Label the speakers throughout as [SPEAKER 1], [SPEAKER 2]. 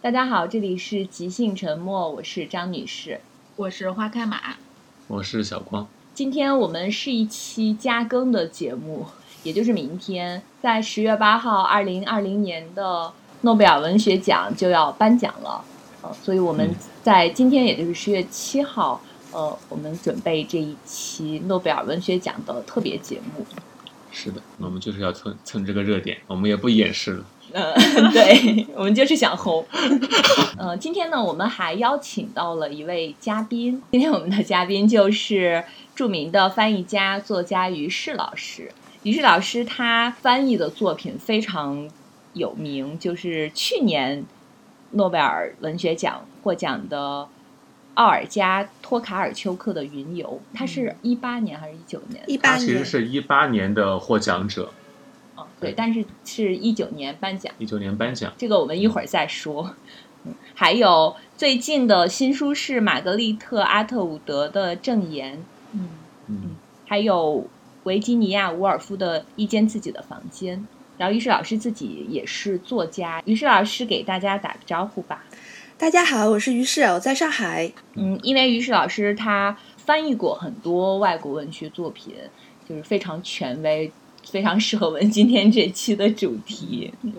[SPEAKER 1] 大家好，这里是即兴沉默，我是张女士。
[SPEAKER 2] 我是花开马，
[SPEAKER 3] 我是小光，
[SPEAKER 1] 今天我们是一期加更的节目，也就是明天，在十月八号，二零二零年的诺贝尔文学奖就要颁奖了。呃，所以我们
[SPEAKER 3] 嗯
[SPEAKER 1] 在今天，也就是十月七号，呃，我们准备这一期诺贝尔文学奖的特别节目。
[SPEAKER 3] 是的，我们就是要蹭蹭这个热点，我们也不掩饰了。
[SPEAKER 1] 呃， 对，我们就是想红。 呃，今天呢，我们还邀请到了一位嘉宾。今天我们的嘉宾就是著名的翻译家、作家于适老师。于适老师他翻译的作品非常有名，就是去年诺贝尔文学奖获奖的奥尔加托卡尔丘克的《云游》，他是一八年还是一九年？
[SPEAKER 4] 一八
[SPEAKER 3] 他其实
[SPEAKER 4] 年
[SPEAKER 3] 是一八年的获奖者，
[SPEAKER 1] 哦，对，但是是一九年颁奖。
[SPEAKER 3] 一九年颁奖。
[SPEAKER 1] 这个我们一会儿再说。嗯还有最近的新书是玛格丽特·阿特伍德的《证言》，
[SPEAKER 2] 嗯，
[SPEAKER 3] 嗯，
[SPEAKER 1] 还有维吉尼亚·伍尔夫的《一间自己的房间》。然后，于适老师自己也是作家，于适老师给大家打个招呼吧。
[SPEAKER 4] 大家好，我是于适，我在上海。
[SPEAKER 1] 嗯，因为于适老师他翻译过很多外国文学作品，就是非常权威，非常适合我们今天这期的主题。
[SPEAKER 2] 对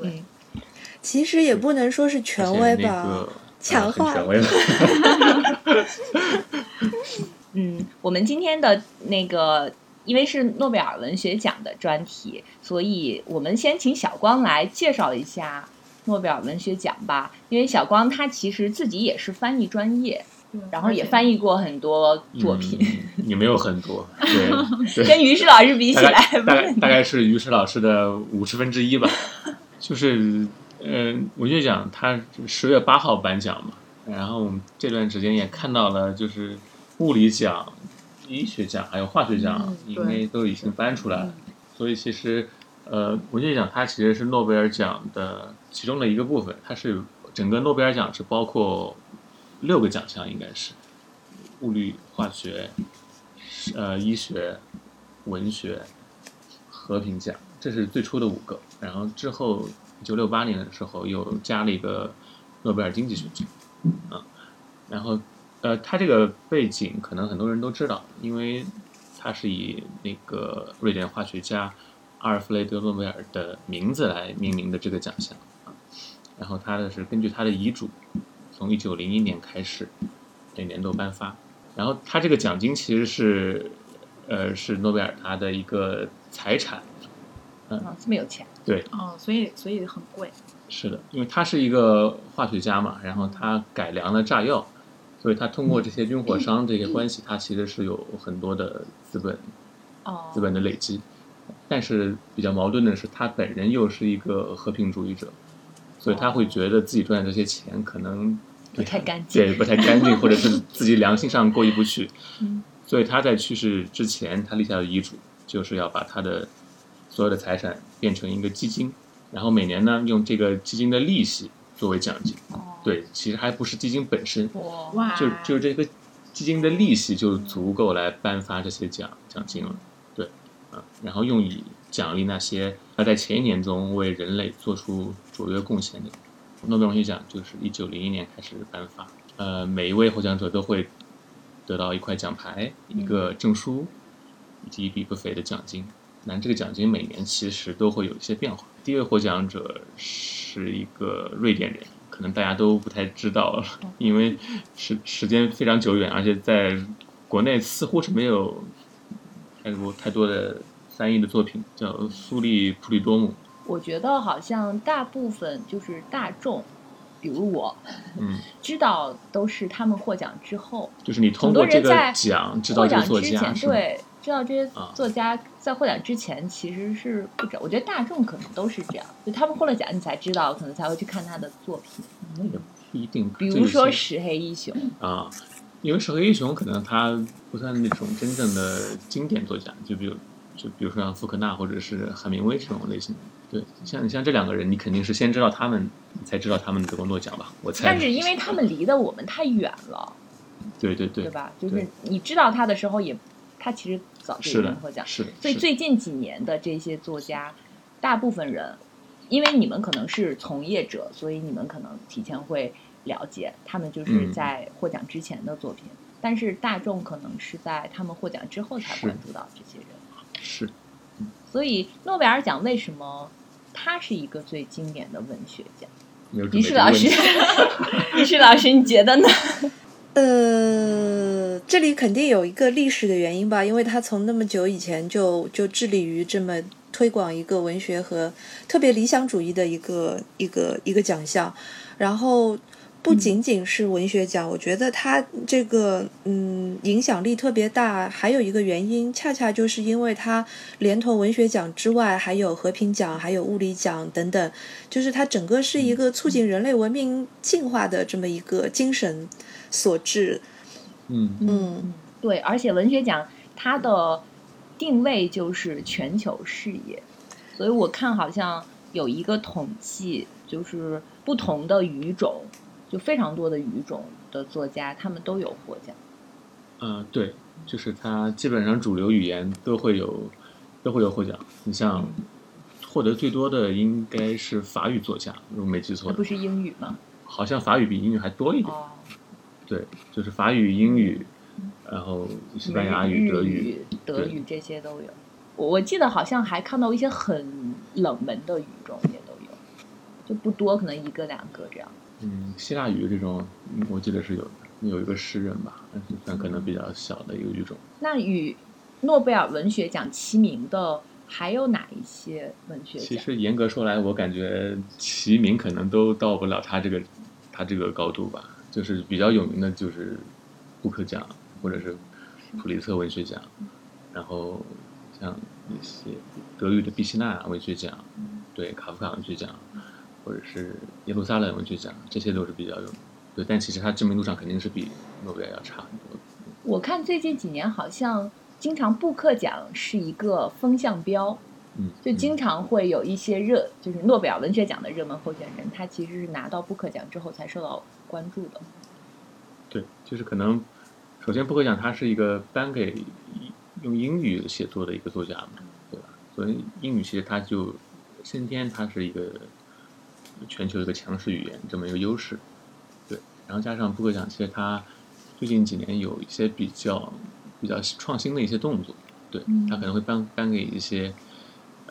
[SPEAKER 1] 嗯，
[SPEAKER 4] 其实也不能说是权
[SPEAKER 3] 而
[SPEAKER 4] 威吧，
[SPEAKER 3] 且那个
[SPEAKER 4] 强
[SPEAKER 3] 呃
[SPEAKER 4] 化
[SPEAKER 3] 很权威了。
[SPEAKER 1] 嗯，我们今天的那个，因为是诺贝尔文学奖的专题，所以我们先请小光来介绍一下诺贝尔文学奖吧。因为小光他其实自己也是翻译专业，然后也翻
[SPEAKER 2] 译，
[SPEAKER 1] 译过很多作品，
[SPEAKER 3] 嗯也没有很多， 对对，
[SPEAKER 1] 跟于适老师比起
[SPEAKER 3] 大
[SPEAKER 1] 来
[SPEAKER 3] 概，大概大概是于适老师的五十分之一吧。就是，呃，文学奖它十月八号颁奖嘛，然后我们这段时间也看到了，就是物理奖、医学奖还有化学奖
[SPEAKER 2] 嗯，
[SPEAKER 3] 应
[SPEAKER 2] 对
[SPEAKER 3] 该都已经颁出来了。所以其实，呃，文学奖它其实是诺贝尔奖的其中的一个部分，它是整个诺贝尔奖是包括六个奖项，应该是物理、化学、呃医学、文学、和平奖，这是最初的五个。然后之后，一九六八年的时候又加了一个诺贝尔经济学奖，啊，然后呃，它这个背景可能很多人都知道，因为它是以那个瑞典化学家阿尔弗雷德·诺贝尔的名字来命名的这个奖项啊。然后它的是根据他的遗嘱，从一九零一年开始，每年都颁发。然后他这个奖金其实是，呃，是诺贝尔他的一个财产，
[SPEAKER 1] 啊这么有钱，
[SPEAKER 2] 哦，所以所以很贵，
[SPEAKER 3] 是的，因为他是一个化学家嘛，然后他改良了炸药，所以他通过这些军火商这些关系，他其实是有很多的资本
[SPEAKER 1] 哦，
[SPEAKER 3] 资本的累积。但是比较矛盾的是，他本人又是一个和平主义者，所以他会觉得自己赚的这些钱可能
[SPEAKER 1] 不太干净
[SPEAKER 3] 对，不太干净，或者是自己良心上过意不去
[SPEAKER 1] 嗯。
[SPEAKER 3] 所以他在去世之前，他立下了遗嘱，就是要把他的所有的财产变成一个基金，然后每年呢用这个基金的利息作为奖金。
[SPEAKER 1] 哦，
[SPEAKER 3] 对，其实还不是基金本身，
[SPEAKER 1] 哇，
[SPEAKER 2] 哇，
[SPEAKER 3] 就就这个基金的利息就足够来颁发这些奖奖金了，对，啊，然后用以奖励那些他在前一年中为人类做出卓越贡献的人。诺贝尔文学奖就是一九零一年开始颁发，呃，每一位获奖者都会得到一块奖牌、一个证书以及一笔不菲的奖金。那这个奖金每年其实都会有一些变化。第一位获奖者是一个瑞典人，可能大家都不太知道了，
[SPEAKER 1] 嗯
[SPEAKER 3] 因为时时间非常久远，而且在国内似乎是没有太多太多的翻译的作品，叫苏利普里多姆。
[SPEAKER 1] 我觉得好像大部分就是大众，比如我
[SPEAKER 3] 嗯，
[SPEAKER 1] 知道都是他们获奖之后。
[SPEAKER 3] 就是你通过
[SPEAKER 1] 很多
[SPEAKER 3] 这
[SPEAKER 1] 人在
[SPEAKER 3] 个奖知道
[SPEAKER 1] 获
[SPEAKER 3] 这个
[SPEAKER 1] 奖
[SPEAKER 3] 作
[SPEAKER 1] 之前
[SPEAKER 3] 家，是吗？
[SPEAKER 1] 对，知道这些
[SPEAKER 3] 啊
[SPEAKER 1] 作家在获奖之前其实是不知道。我觉得大众可能都是这样，就他们获了奖，你才知道，可能才会去看他的作品。
[SPEAKER 3] 那也不一定。
[SPEAKER 1] 比
[SPEAKER 3] 这
[SPEAKER 1] 如
[SPEAKER 3] 个
[SPEAKER 1] 说
[SPEAKER 3] 是
[SPEAKER 1] 石黑一雄，
[SPEAKER 3] 啊，因为石黑一雄可能他不算那种真正的经典作家，就比如就比如说像福克纳或者是海明威这种类型的。对，像像这两个人，你肯定是先知道他们，你才知道他们得过诺奖吧？我猜。
[SPEAKER 1] 但是因为他们离得我们太远了，
[SPEAKER 3] 对对对
[SPEAKER 1] 对，吧？就是
[SPEAKER 3] 对
[SPEAKER 1] 你知道他的时候也，他其实早就是已经
[SPEAKER 3] 的
[SPEAKER 1] 获，奖。
[SPEAKER 3] 是的。
[SPEAKER 1] 所以
[SPEAKER 3] 是的
[SPEAKER 1] 最近几年的这些作家，大部分人因为你们可能是从业者，所以你们可能提前会了解他们就是
[SPEAKER 3] 嗯
[SPEAKER 1] 在获奖之前的作品，但是大众可能是在他们获奖之后才
[SPEAKER 3] 是
[SPEAKER 1] 关注到这些人。
[SPEAKER 3] 是
[SPEAKER 1] 所以诺贝尔奖为什么它是一个最经典的文学奖？
[SPEAKER 3] 没有准
[SPEAKER 1] 于是
[SPEAKER 3] 备这个
[SPEAKER 1] 老
[SPEAKER 3] 问
[SPEAKER 1] 师
[SPEAKER 3] 题。，
[SPEAKER 1] 于是老师，你觉得呢？
[SPEAKER 4] 呃，这里肯定有一个历史的原因吧，因为他从那么久以前就就致力于这么推广一个文学和特别理想主义的一个一个一个奖项，然后。不仅仅是文学奖，我觉得它这个嗯影响力特别大，还有一个原因，恰恰就是因为它连同文学奖之外，还有和平奖、还有物理奖等等，就是它整个是一个促进人类文明进化的这么一个精神所致。
[SPEAKER 3] 嗯，
[SPEAKER 4] 嗯，
[SPEAKER 1] 对，而且文学奖它的定位就是全球视野，所以我看好像有一个统计，就是不同的语种，就非常多的语种的作家，他们都有获奖。
[SPEAKER 3] 呃，对，就是它基本上主流语言都会有都会有获奖。你像获得最多的应该是法语作家，如果没记错
[SPEAKER 1] 那
[SPEAKER 3] 的
[SPEAKER 1] 哎不，是英语吗？
[SPEAKER 3] 好像法语比英语还多一点。
[SPEAKER 1] 哦，
[SPEAKER 3] 对，就是法语、英语，然后西班牙语、
[SPEAKER 1] 日
[SPEAKER 3] 德语。
[SPEAKER 1] 语、德语这些都有。我我记得好像还看到一些很冷门的语种也都有，就不多，可能一个两个这样。
[SPEAKER 3] 嗯，希腊语这种，嗯我记得是有的，有一个诗人吧，但是算可能比较小的一个语种。
[SPEAKER 1] 那与诺贝尔文学奖齐名的还有哪一些文学
[SPEAKER 3] 其
[SPEAKER 1] 奖？
[SPEAKER 3] 实严格说来，我感觉齐名可能都到不了他这个他这个高度吧。就是比较有名的就是布克奖，或者是普利策文学奖，然后像一些德语的毕希纳文学奖，对卡夫卡文学奖，或者是耶路撒冷文学奖，这些都是比较有名。对，但其实它知名度上肯定是比诺贝尔要差很多的。
[SPEAKER 1] 我看最近几年好像经常布克奖是一个风向标，
[SPEAKER 3] 嗯，
[SPEAKER 1] 就经常会有一些热，就是诺贝尔文学奖的热门候选人，他其实是拿到布克奖之后才受到关注的。
[SPEAKER 3] 对，就是可能，首先布克奖它是一个颁给一用英语写作的一个作家嘛，对吧？所以英语其实它就先天它是一个全球一个强势语言这么一个优势，对。然后加上布克奖，其实它最近几年有一些比较比较创新的一些动作，对，它可能会颁颁给一些。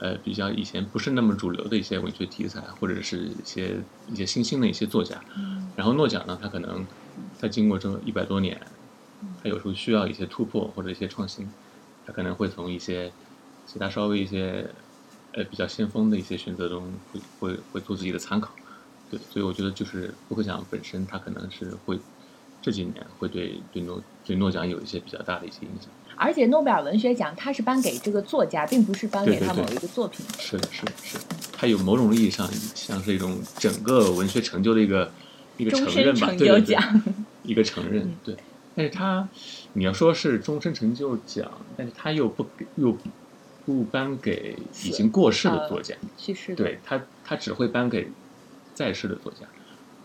[SPEAKER 3] 呃，比较以前不是那么主流的一些文学题材，或者是一些一些新兴的一些作家，然后诺奖呢，它可能它经过这一百多年，它有时候需要一些突破或者一些创新，它可能会从一些其他稍微一些呃比较先锋的一些选择中会会会做自己的参考。对，所以我觉得就是布克奖本身，它可能是会这几年会对对诺对诺奖有一些比较大的一些影响。
[SPEAKER 1] 而且诺贝尔文学奖它是颁给这个作家，并不是颁给
[SPEAKER 3] 对对
[SPEAKER 1] 他
[SPEAKER 3] 对
[SPEAKER 1] 某一个作品。
[SPEAKER 3] 是的，是的，是的，它有某种意义上像是一种整个文学成就的一个一个承
[SPEAKER 1] 终身
[SPEAKER 3] 认吧，
[SPEAKER 1] 成
[SPEAKER 3] 对
[SPEAKER 1] 就
[SPEAKER 3] 对对
[SPEAKER 1] 奖，
[SPEAKER 3] 一个承认
[SPEAKER 1] 嗯，
[SPEAKER 3] 对。但是它，你要说是终身成就奖，但是它又不给又不颁给已经过世的
[SPEAKER 1] 呃
[SPEAKER 3] 作家，
[SPEAKER 1] 去世的。
[SPEAKER 3] 对他，他只会颁给在世的作家，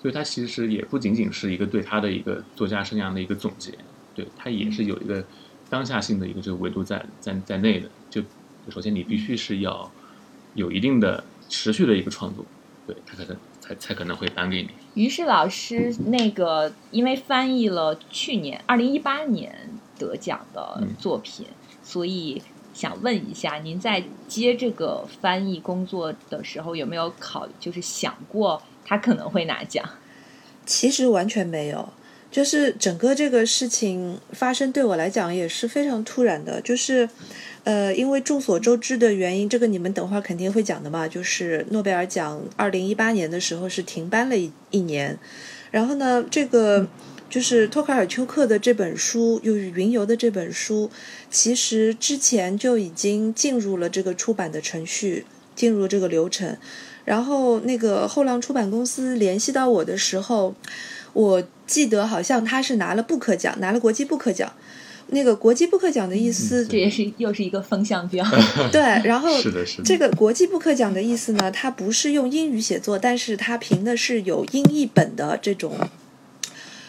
[SPEAKER 3] 所以他其实也不仅仅是一个对他的一个作家生涯的一个总结，对他也
[SPEAKER 1] 嗯
[SPEAKER 3] 是有一个当下性的一个这个维度在在在内的。就首先你必须是要有一定的持续的一个创作，对他才能才才可能会颁给你。
[SPEAKER 1] 于是老师那个，因为翻译了去年二零一八年得奖的
[SPEAKER 3] 嗯
[SPEAKER 1] 作品，所以想问一下，您在接这个翻译工作的时候，有没有考就是想过他可能会拿奖？
[SPEAKER 4] 其实完全没有，就是整个这个事情发生对我来讲也是非常突然的，就是，呃，因为众所周知的原因，这个你们等会儿肯定会讲的嘛，就是诺贝尔奖二零一八年的时候是停颁了一一年，然后呢，这个。就是托卡尔丘克的这本书，就是《云游》的这本书，其实之前就已经进入了这个出版的程序，进入这个流程。然后那个后浪出版公司联系到我的时候，我记得好像他是拿了布克奖，拿了国际布克奖。那个国际布克奖的意思，
[SPEAKER 1] 这也是又是一个风向标。
[SPEAKER 4] 对，然
[SPEAKER 1] 哦
[SPEAKER 4] 后
[SPEAKER 3] 是的，是的，
[SPEAKER 4] 这个国际布克奖的意思呢，它不是用英语写作，但是它评的是有英译本的这种。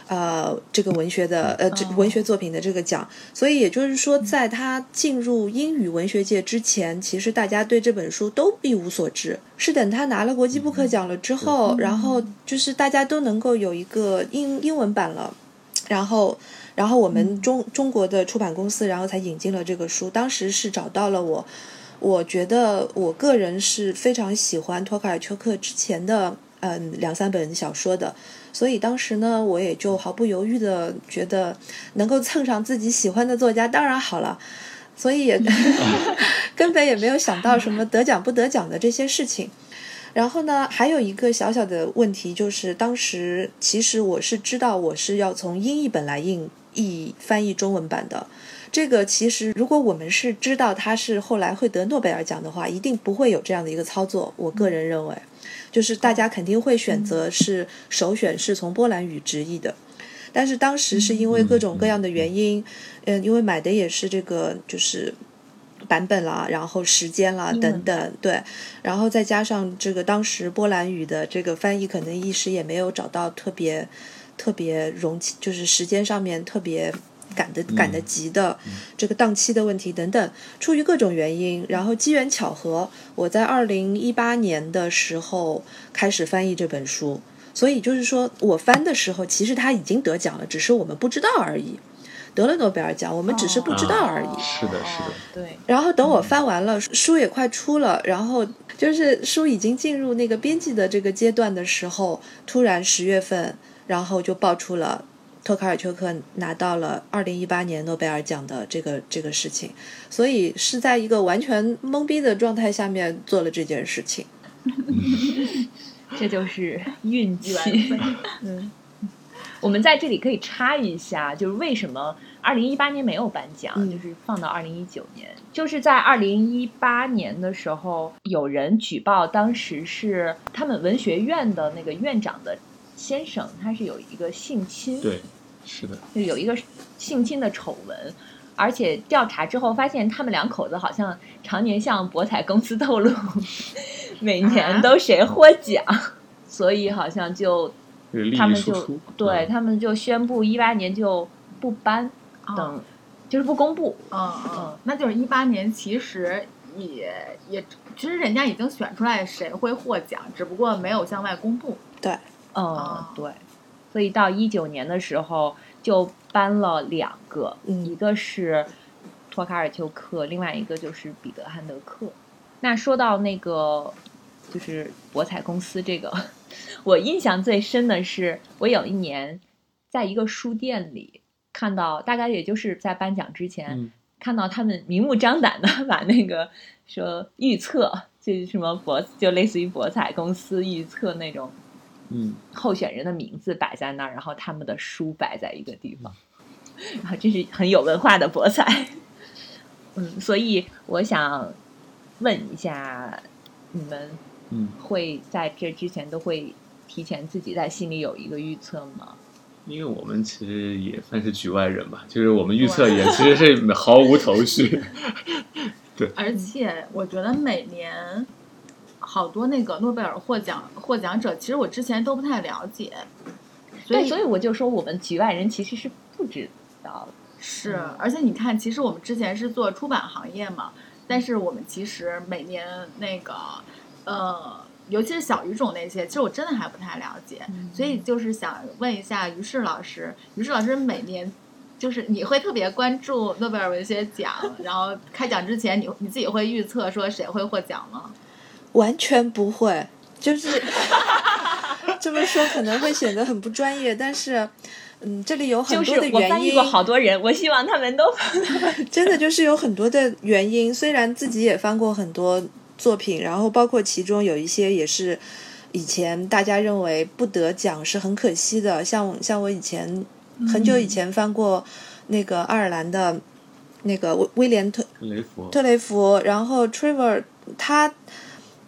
[SPEAKER 4] 呃这个文学的呃这
[SPEAKER 2] 哦
[SPEAKER 4] 文学作品的这个奖。所以也就是说，在他进入英语文学界之前，其实大家对这本书都一无所知。是等他拿了国际布克奖了之后，然后就是大家都能够有一个英英文版了，然后。然后我们中中国的出版公司，然后才引进了这个书。当时是找到了我，我觉得我个人是非常喜欢托卡尔丘克之前的嗯两三本小说的，所以当时呢，我也就毫不犹豫的觉得能够蹭上自己喜欢的作家当然好了，所以也根本也没有想到什么得奖不得奖的这些事情。然后呢，还有一个小小的问题，就是当时其实我是知道我是要从英译本来印译翻译中文版的。这个其实，如果我们是知道他是后来会得诺贝尔奖的话，一定不会有这样的一个操作。我个人认为，就是大家肯定会选择是首选是从波兰语直译的。但是当时是因为各种各样的原因，嗯，因为买的也是这个就是版本啦，然后时间啦
[SPEAKER 1] 英文
[SPEAKER 4] 等等，对，然后再加上这个当时波兰语的这个翻译，可能一时也没有找到特别特别容器，就是时间上面特别赶得赶得及的这个档期的问题等等，出于各种原因，然后机缘巧合，我在二零一八年的时候开始翻译这本书。所以就是说，我翻的时候，其实他已经得奖了，只是我们不知道而已，得了诺贝尔 奖，我们只是不知道
[SPEAKER 1] 啊
[SPEAKER 4] 而已。
[SPEAKER 3] 是的
[SPEAKER 1] 哦
[SPEAKER 3] 是的
[SPEAKER 2] 对，
[SPEAKER 4] 然后等我翻完了，书也快出了，然后就是书已经进入那个编辑的这个阶段的时候，突然十月份，然后就爆出了托卡尔丘克拿到了二零一八年诺贝尔奖的这个这个事情，所以是在一个完全懵逼的状态下面做了这件事情。
[SPEAKER 1] 这就是运
[SPEAKER 2] 缘
[SPEAKER 1] 气。
[SPEAKER 2] 分，嗯，
[SPEAKER 1] 我们在这里可以插一下，就是为什么二零一八年没有颁奖，
[SPEAKER 4] 嗯
[SPEAKER 1] 就是放到二零一九年，就是在二零一八年的时候，有人举报，当时是他们文学院的那个院长的先生，他是有一个性侵，
[SPEAKER 3] 对，是的，
[SPEAKER 1] 就有一个性侵的丑闻。而且调查之后发现，他们两口子好像常年向博彩公司透露， 每年
[SPEAKER 2] 啊
[SPEAKER 1] 都谁获奖，所以好像就
[SPEAKER 3] 这个利
[SPEAKER 1] 他
[SPEAKER 3] 益
[SPEAKER 1] 们
[SPEAKER 3] 输
[SPEAKER 1] 就
[SPEAKER 3] 出，
[SPEAKER 1] 对
[SPEAKER 3] 嗯
[SPEAKER 1] 他们就宣布一八年就不颁，
[SPEAKER 2] 哦，
[SPEAKER 1] 等就是不公布。
[SPEAKER 2] 嗯
[SPEAKER 1] 嗯
[SPEAKER 2] 嗯，那就是一八年，其实也也，其实人家已经选出来谁会获奖，只不过没有向外公布。
[SPEAKER 4] 对，
[SPEAKER 1] 嗯
[SPEAKER 2] 哦，
[SPEAKER 1] 对，所以到一九年的时候就颁了两个，
[SPEAKER 4] 嗯
[SPEAKER 1] 一个是托卡尔丘克，另外一个就是彼得汉德克。那说到那个就是博彩公司这个， 我印象最深的是我有一年在一个书店里看到，大概也就是在颁奖之前，
[SPEAKER 3] 嗯
[SPEAKER 1] 看到他们明目张胆的 把那个说预测，就是什么博，就类似于博彩公司预测那种
[SPEAKER 3] 嗯，
[SPEAKER 1] 候选人的名字摆在那儿，然后他们的书摆在一个地方，
[SPEAKER 3] 嗯
[SPEAKER 1] 然后这是很有文化的博彩。嗯，所以我想问一下，你们
[SPEAKER 3] 嗯，
[SPEAKER 1] 会在这之前都会提前自己在心里有一个预测吗？
[SPEAKER 3] 因为我们其实也算是局外人吧，就是我们预测也其实是毫无 头绪。
[SPEAKER 2] 而且我觉得每年好多那个诺贝尔获奖获奖者，其实我之前都不太了解，所
[SPEAKER 1] 对，
[SPEAKER 2] 以
[SPEAKER 1] 所以我就说我们局外人其实是不知道的。
[SPEAKER 2] 是
[SPEAKER 1] 嗯，
[SPEAKER 2] 而且你看，其实我们之前是做出版行业嘛，但是我们其实每年那个呃，尤其是小语种那些，其实我真的还不太了解，所以就是想问一下于适老师，于适老师每年。就是你会特别关注诺贝尔文学奖，然后开奖之前你，你自己会预测说谁会获奖吗？
[SPEAKER 4] 完全不会，就是这么说可能会显得很不专业，但是。嗯，这里有很
[SPEAKER 1] 就
[SPEAKER 4] 多
[SPEAKER 1] 是
[SPEAKER 4] 的原因。
[SPEAKER 1] 我翻译过好多人，我希望他们都
[SPEAKER 4] 真的就是有很多的原因，虽然自己也翻过很多作品，然后包括其中有一些也是以前大家认为不得奖是很可惜的，像像我以前很久
[SPEAKER 1] 嗯
[SPEAKER 4] 以前翻过那个爱尔兰的那个威威廉特
[SPEAKER 3] 雷佛，
[SPEAKER 4] 特雷弗，然后 Trevor 他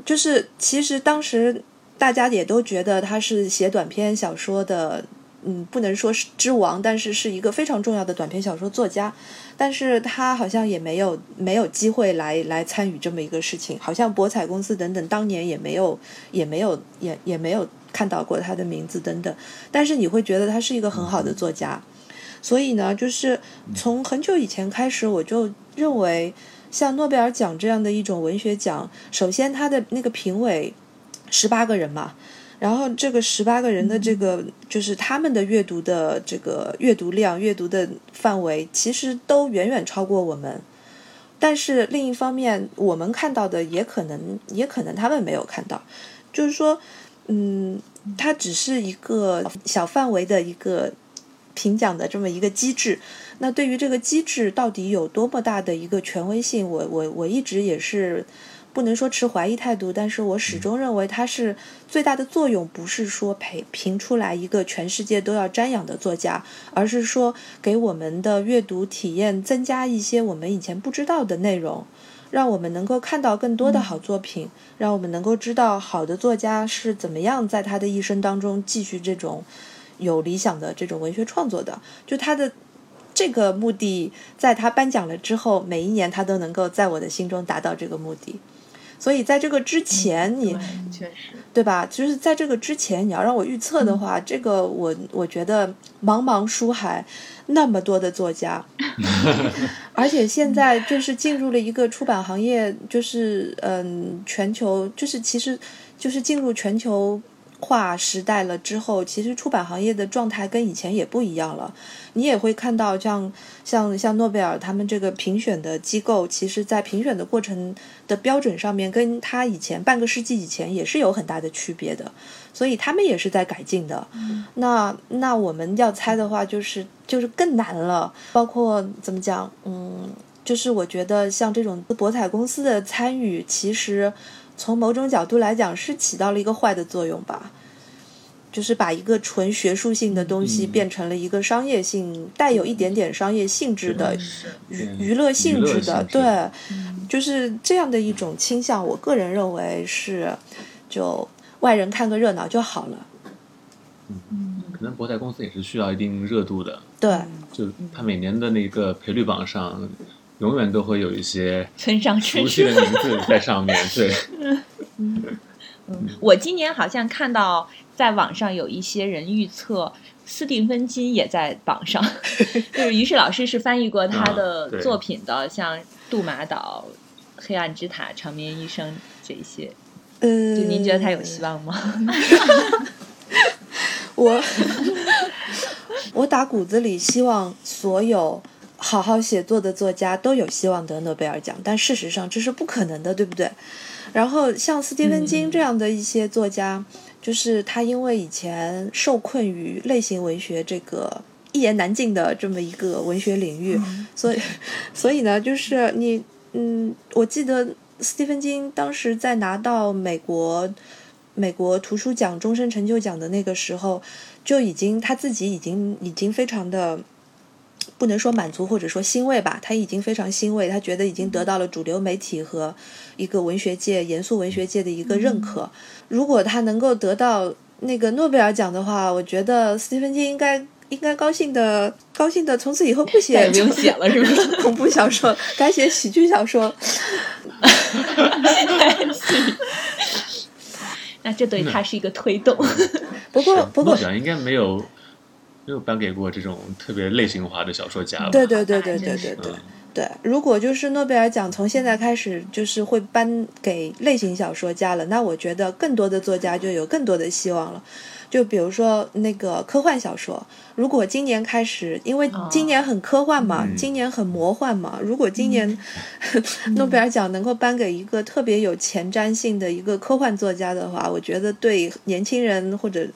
[SPEAKER 4] 就是其实当时大家也都觉得他是写短篇小说的，嗯，不能说是之王，但是是一个非常重要的短篇小说作家。但是他好像也没有没有机会来来参与这么一个事情，好像博彩公司等等当年也没有也没有也也没有看到过他的名字等等，但是你会觉得他是一个很好的作家。所以呢，就是从很久以前开始，我就认为，像诺贝尔奖这样的一种文学奖，首先它的那个评委十八个人嘛，然后这个十八个人的这个就是他们的阅读的这个阅读量、阅读的范围，其实都远远超过我们。但是另一方面，我们看到的也可能，也可能他们没有看到，就是说，嗯，它只是一个小范围的一个评奖的这么一个机制。那对于这个机制到底有多么大的一个权威性，我我我一直也是不能说持怀疑态度，但是我始终认为它是最大的作用，不是说培评出来一个全世界都要瞻仰的作家，而是说给我们的阅读体验增加一些我们以前不知道的内容。让我们能够看到更多的好作品，让我们能够知道好的作家是怎么样在他的一生当中继续这种有理想的这种文学创作的。就他的这个目的，在他颁奖了之后，每一年他都能够在我的心中达到这个目的。所以在这个之前，你
[SPEAKER 2] 对确实，
[SPEAKER 4] 对吧？就是在这个之前，你要让我预测的话，这个我我觉得茫茫书海那么多的作家，而且现在就是进入了一个出版行业，就是嗯，全球就是其实就是进入全球化时代了之后，其实出版行业的状态跟以前也不一样了。你也会看到像像像诺贝尔他们这个评选的机构，其实在评选的过程的标准上面，跟他以前半个世纪以前也是有很大的区别的，所以他们也是在改进的。那那我们要猜的话，就是就是更难了，包括怎么讲，嗯，就是我觉得像这种博彩公司的参与，其实从某种角度来讲是起到了一个坏的作用吧。就是把一个纯学术性的东西
[SPEAKER 3] 嗯
[SPEAKER 4] 变成了一个商业性，带有一点点商业性质的
[SPEAKER 2] 是
[SPEAKER 4] 娱
[SPEAKER 3] 嗯
[SPEAKER 4] 娱乐性质的，
[SPEAKER 3] 娱乐性质
[SPEAKER 4] 对，就是这样的一种倾向。我个人认为是，就外人看个热闹就好了。
[SPEAKER 3] 可能博彩公司也是需要一定热度的，
[SPEAKER 4] 对，
[SPEAKER 3] 就
[SPEAKER 4] 嗯
[SPEAKER 3] 它每年的那个赔率榜上，永远都会有一 些
[SPEAKER 1] 村上
[SPEAKER 3] 熟
[SPEAKER 1] 春
[SPEAKER 3] 悉
[SPEAKER 1] 树
[SPEAKER 3] 的。名字在上面。对，
[SPEAKER 1] 嗯
[SPEAKER 4] 嗯
[SPEAKER 1] 我今年好像看到在网上有一些人预测斯蒂芬金也在榜 上，就是于是老师是翻译过他
[SPEAKER 3] 啊
[SPEAKER 1] 的
[SPEAKER 3] 对
[SPEAKER 1] 作品的，像《杜马岛》《黑暗之塔》《长眠医生》这一些。
[SPEAKER 4] 嗯，
[SPEAKER 1] 就您觉得他有希望 吗？
[SPEAKER 4] 我我打骨子里希望所有好好写作的作家都有希望得诺贝尔奖，但事实上这是不可能的，对不对？然后像斯蒂芬金这样的一些作家，就是他因为以前受困于类型文学这个。一言难尽的这么一个文学领域，所以，所以呢，就是你，嗯，我记得斯蒂芬金当时在拿到美国美国图书奖终身成就奖的那个时候，就已经他自己已经已经非常的。不能说满足或者说欣慰吧，他已经非常欣慰，他觉得已经得到了主流媒体和一个文学界、严肃文学界的一个认可。如果他能够得到那个诺贝尔奖的话，我觉得斯蒂芬金应该应该高兴的高兴的，从此以后不
[SPEAKER 1] 再
[SPEAKER 4] 写
[SPEAKER 1] 也不用写了，是不 是？
[SPEAKER 4] 恐怖小说，改写喜剧小说。
[SPEAKER 1] 那这对他是一个推动。
[SPEAKER 4] 不过，不过
[SPEAKER 3] 诺，奖应该没有没有颁给过这种特别类型化的小说家吧？
[SPEAKER 4] 对对对对
[SPEAKER 2] 哎
[SPEAKER 4] 对对
[SPEAKER 2] 真是
[SPEAKER 4] 对
[SPEAKER 3] 嗯
[SPEAKER 4] 对，如果就是诺贝尔奖从现在开始就是会颁给类型小说家了，那我觉得更多的作家就有更多的希望了。就比如说那个科幻小说，如果今年开始，因为
[SPEAKER 2] 啊
[SPEAKER 1] 哦
[SPEAKER 4] 今年很科幻嘛，
[SPEAKER 3] 嗯
[SPEAKER 4] 今年很魔幻嘛，如果
[SPEAKER 2] 嗯
[SPEAKER 4] 今年、 诺贝尔奖能够颁给一个特别有前瞻性的一个科幻作家的话，我觉得对年轻人或者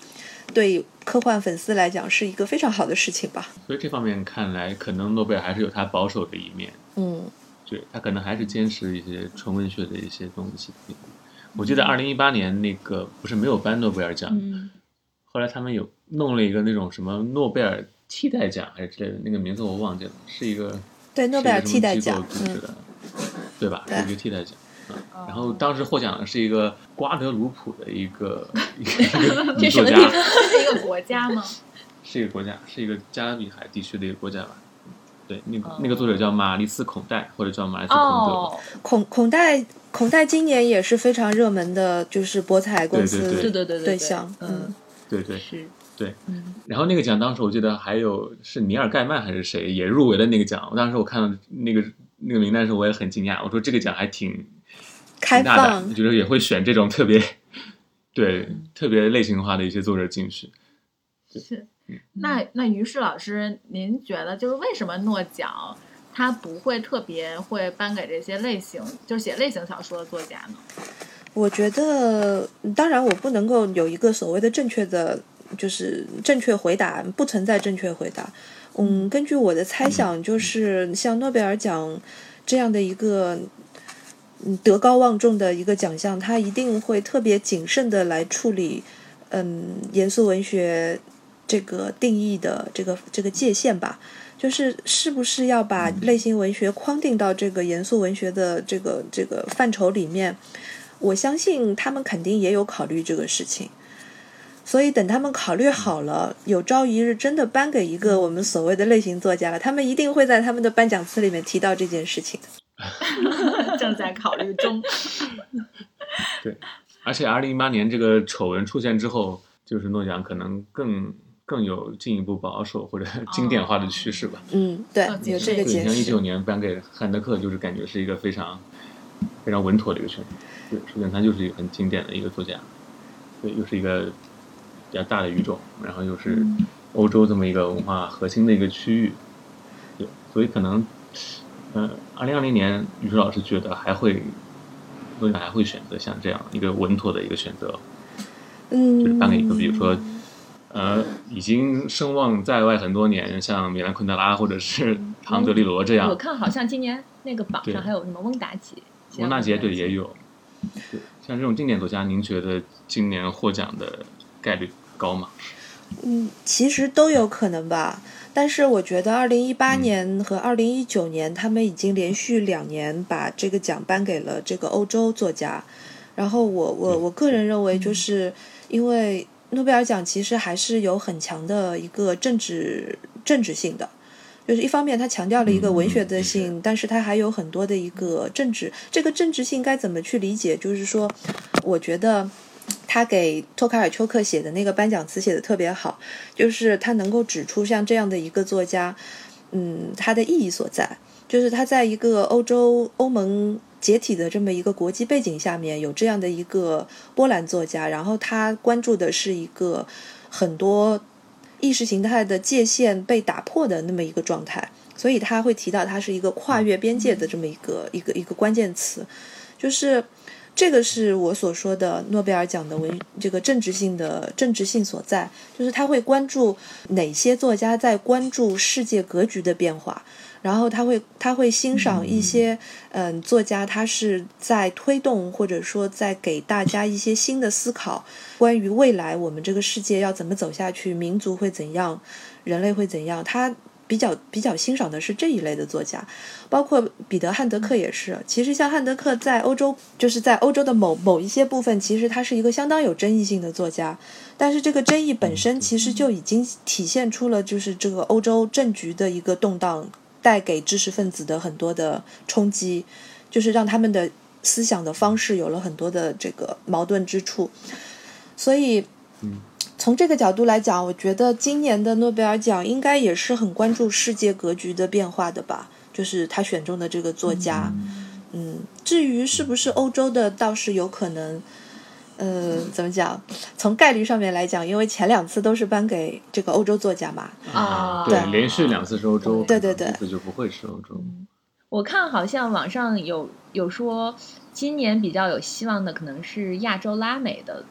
[SPEAKER 4] 对科幻粉丝来讲是一个非常好的事情吧。
[SPEAKER 3] 所以这方面看来，可能诺贝尔还是有他保守的一面。
[SPEAKER 4] 嗯，
[SPEAKER 3] 对他可能还是坚持一些纯文学的一些东西。我
[SPEAKER 4] 嗯
[SPEAKER 3] 记得二零一八年那个不是没有颁诺贝尔 奖，
[SPEAKER 1] 嗯，
[SPEAKER 3] 后来他们有弄了一个那种什么诺贝尔替代奖还是之类的，那个名字我忘记了，是一个
[SPEAKER 4] 对，诺贝尔替代奖，
[SPEAKER 3] 是一个什么机构组
[SPEAKER 4] 嗯
[SPEAKER 3] 织，的，对吧？
[SPEAKER 4] 对
[SPEAKER 3] 是一个替代奖。嗯然后当时获奖的是一个瓜德鲁普的一 个一个
[SPEAKER 1] 这
[SPEAKER 3] 女
[SPEAKER 1] 什
[SPEAKER 3] 作
[SPEAKER 1] 么
[SPEAKER 3] 家
[SPEAKER 1] 地，方？
[SPEAKER 2] 这是一个国家吗？
[SPEAKER 3] 是一个国家，是一个加勒比海地区的一个国家吧。对，那个
[SPEAKER 1] 哦
[SPEAKER 3] 那个作者叫玛丽斯·孔代，或者叫
[SPEAKER 4] 嗯
[SPEAKER 3] 玛丽斯·孔德。
[SPEAKER 1] 哦，
[SPEAKER 4] 孔孔代孔代今年也是非常热门的，就是博彩公司
[SPEAKER 3] 对
[SPEAKER 1] 对对对
[SPEAKER 4] 对
[SPEAKER 1] 对
[SPEAKER 4] 象，嗯
[SPEAKER 1] 嗯，
[SPEAKER 3] 对对，
[SPEAKER 1] 是，
[SPEAKER 3] 然后那个奖当时我记得还有是尼尔盖曼还是谁也入围了那个奖，我当时我看到那个那个名单的时候我也很惊讶，我说这个奖还挺
[SPEAKER 4] 开
[SPEAKER 3] 挺大胆
[SPEAKER 4] 放
[SPEAKER 3] 的，就是也会选这种特别对特别类型化的一些作者进去。
[SPEAKER 2] 是，
[SPEAKER 3] 嗯
[SPEAKER 2] 那那于是老师，您觉得就是为什么诺奖他不会特别会颁给这些类型，就是写类型小说的作家呢？
[SPEAKER 4] 我觉得，当然我不能够有一个所谓的正确的，就是正确回答，不存在正确回答。嗯，根据我的猜想，就是像诺贝尔奖这样的一个。嗯，德高望重的一个奖项，它一定会特别谨慎的来处理，嗯，严肃文学这个定义的这个这个界限吧，就是是不是要把类型文学框定到这个严肃文学的这个这个范畴里面，我相信他们肯定也有考虑这个事情，所以等他们考虑好了，有朝一日真的颁给一个我们所谓的类型作家了，他们一定会在他们的颁奖词里面提到这件事情的。
[SPEAKER 2] 正在考虑中。
[SPEAKER 3] 而且二零一八年这个丑闻出现之后，就是诺奖可能更更有进一步保守或者
[SPEAKER 4] 哦
[SPEAKER 3] 经典化的趋势吧。
[SPEAKER 4] 嗯，对
[SPEAKER 2] 哦，
[SPEAKER 4] 有这个
[SPEAKER 3] 对，
[SPEAKER 4] 解
[SPEAKER 3] 你像一
[SPEAKER 4] 释
[SPEAKER 3] 九。年颁给汉德克，就是感觉是一个非常非常稳妥的一个选择。对，首先他就是一个很经典的一个作家，对，又是一个比较大的语种，然后又是
[SPEAKER 4] 嗯
[SPEAKER 3] 欧洲这么一个文化核心的一个区域，对，所以可能，呃，二零二零年于是老师觉得还会，诺奖还会选择像这样一个稳妥的一个选择，
[SPEAKER 4] 嗯
[SPEAKER 3] 就是颁给一个，比如说，呃，已经声望在外很多年，像米兰昆德拉或者是
[SPEAKER 4] 嗯
[SPEAKER 3] 唐德利罗这
[SPEAKER 1] 我
[SPEAKER 3] 样，
[SPEAKER 1] 看好像今年那个榜
[SPEAKER 3] 对
[SPEAKER 1] 上还有什么翁达杰，
[SPEAKER 3] 蒙纳杰对也
[SPEAKER 1] 有，
[SPEAKER 3] 有。对像这种经典作家，您觉得今年获奖的概率高吗？
[SPEAKER 4] 嗯，其实都有可能吧。但是我觉得，二零一八
[SPEAKER 3] 嗯
[SPEAKER 4] 年和二零一九年，他们已经连续两年把这个奖颁给了这个欧洲作家。然后我我
[SPEAKER 3] 对
[SPEAKER 4] 我个人认为，就是因为诺贝尔奖其实还是有很强的一个政治政治性的，就是一方面它强调了一个文学的性，但是它还有很多的一个政治。这个政治性该怎么去理解？就是说，我觉得他给托卡尔丘克写的那个颁奖词写的特别好，就是他能够指出像这样的一个作家，嗯，它的意义所在，就是他在一个欧洲欧盟解体的这么一个国际背景下面，有这样的一个波兰作家，然后他关注的是一个很多意识形态的界限被打破的那么一个状态，所以他会提到它是一个跨越边界的这么一个一个一个关键词，就是。这个是我所说的诺贝尔奖的文这个政治性的政治性所在，就是他会关注哪些作家在关注世界格局的变化，然后他会他会欣赏一些嗯、作家，他是在推动或者说在给大家一些新的思考，关于未来我们这个世界要怎么走下去，民族会怎样，人类会怎样，他。比较比较欣赏的是这一类的作家，包括彼得汉德克也是。其实像汉德克在欧洲，就是在欧洲的某某一些部分，其实他是一个相当有争议性的作家。但是这个争议本身其实就已经体现出了，就是这个欧洲政局的一个动荡带给知识分子的很多的冲击，就是让他们的思想的方式有了很多的这个矛盾之处。所以，从这个角度来讲，我觉得今年的诺贝尔奖应该也是很关注世界格局的变化的吧，就是他选中的这个作家。嗯，至于是不是欧洲的，倒是有可能。呃，怎么讲？从概率上面来讲，因为前两次都是颁给这个欧洲作家嘛，
[SPEAKER 2] 啊
[SPEAKER 3] 对，
[SPEAKER 2] 对
[SPEAKER 3] 连续两次是欧洲，
[SPEAKER 4] 对对对
[SPEAKER 3] 这次就不会是欧洲。
[SPEAKER 1] 我看好像网上有有说，今年比较有希望的可能是亚洲拉美的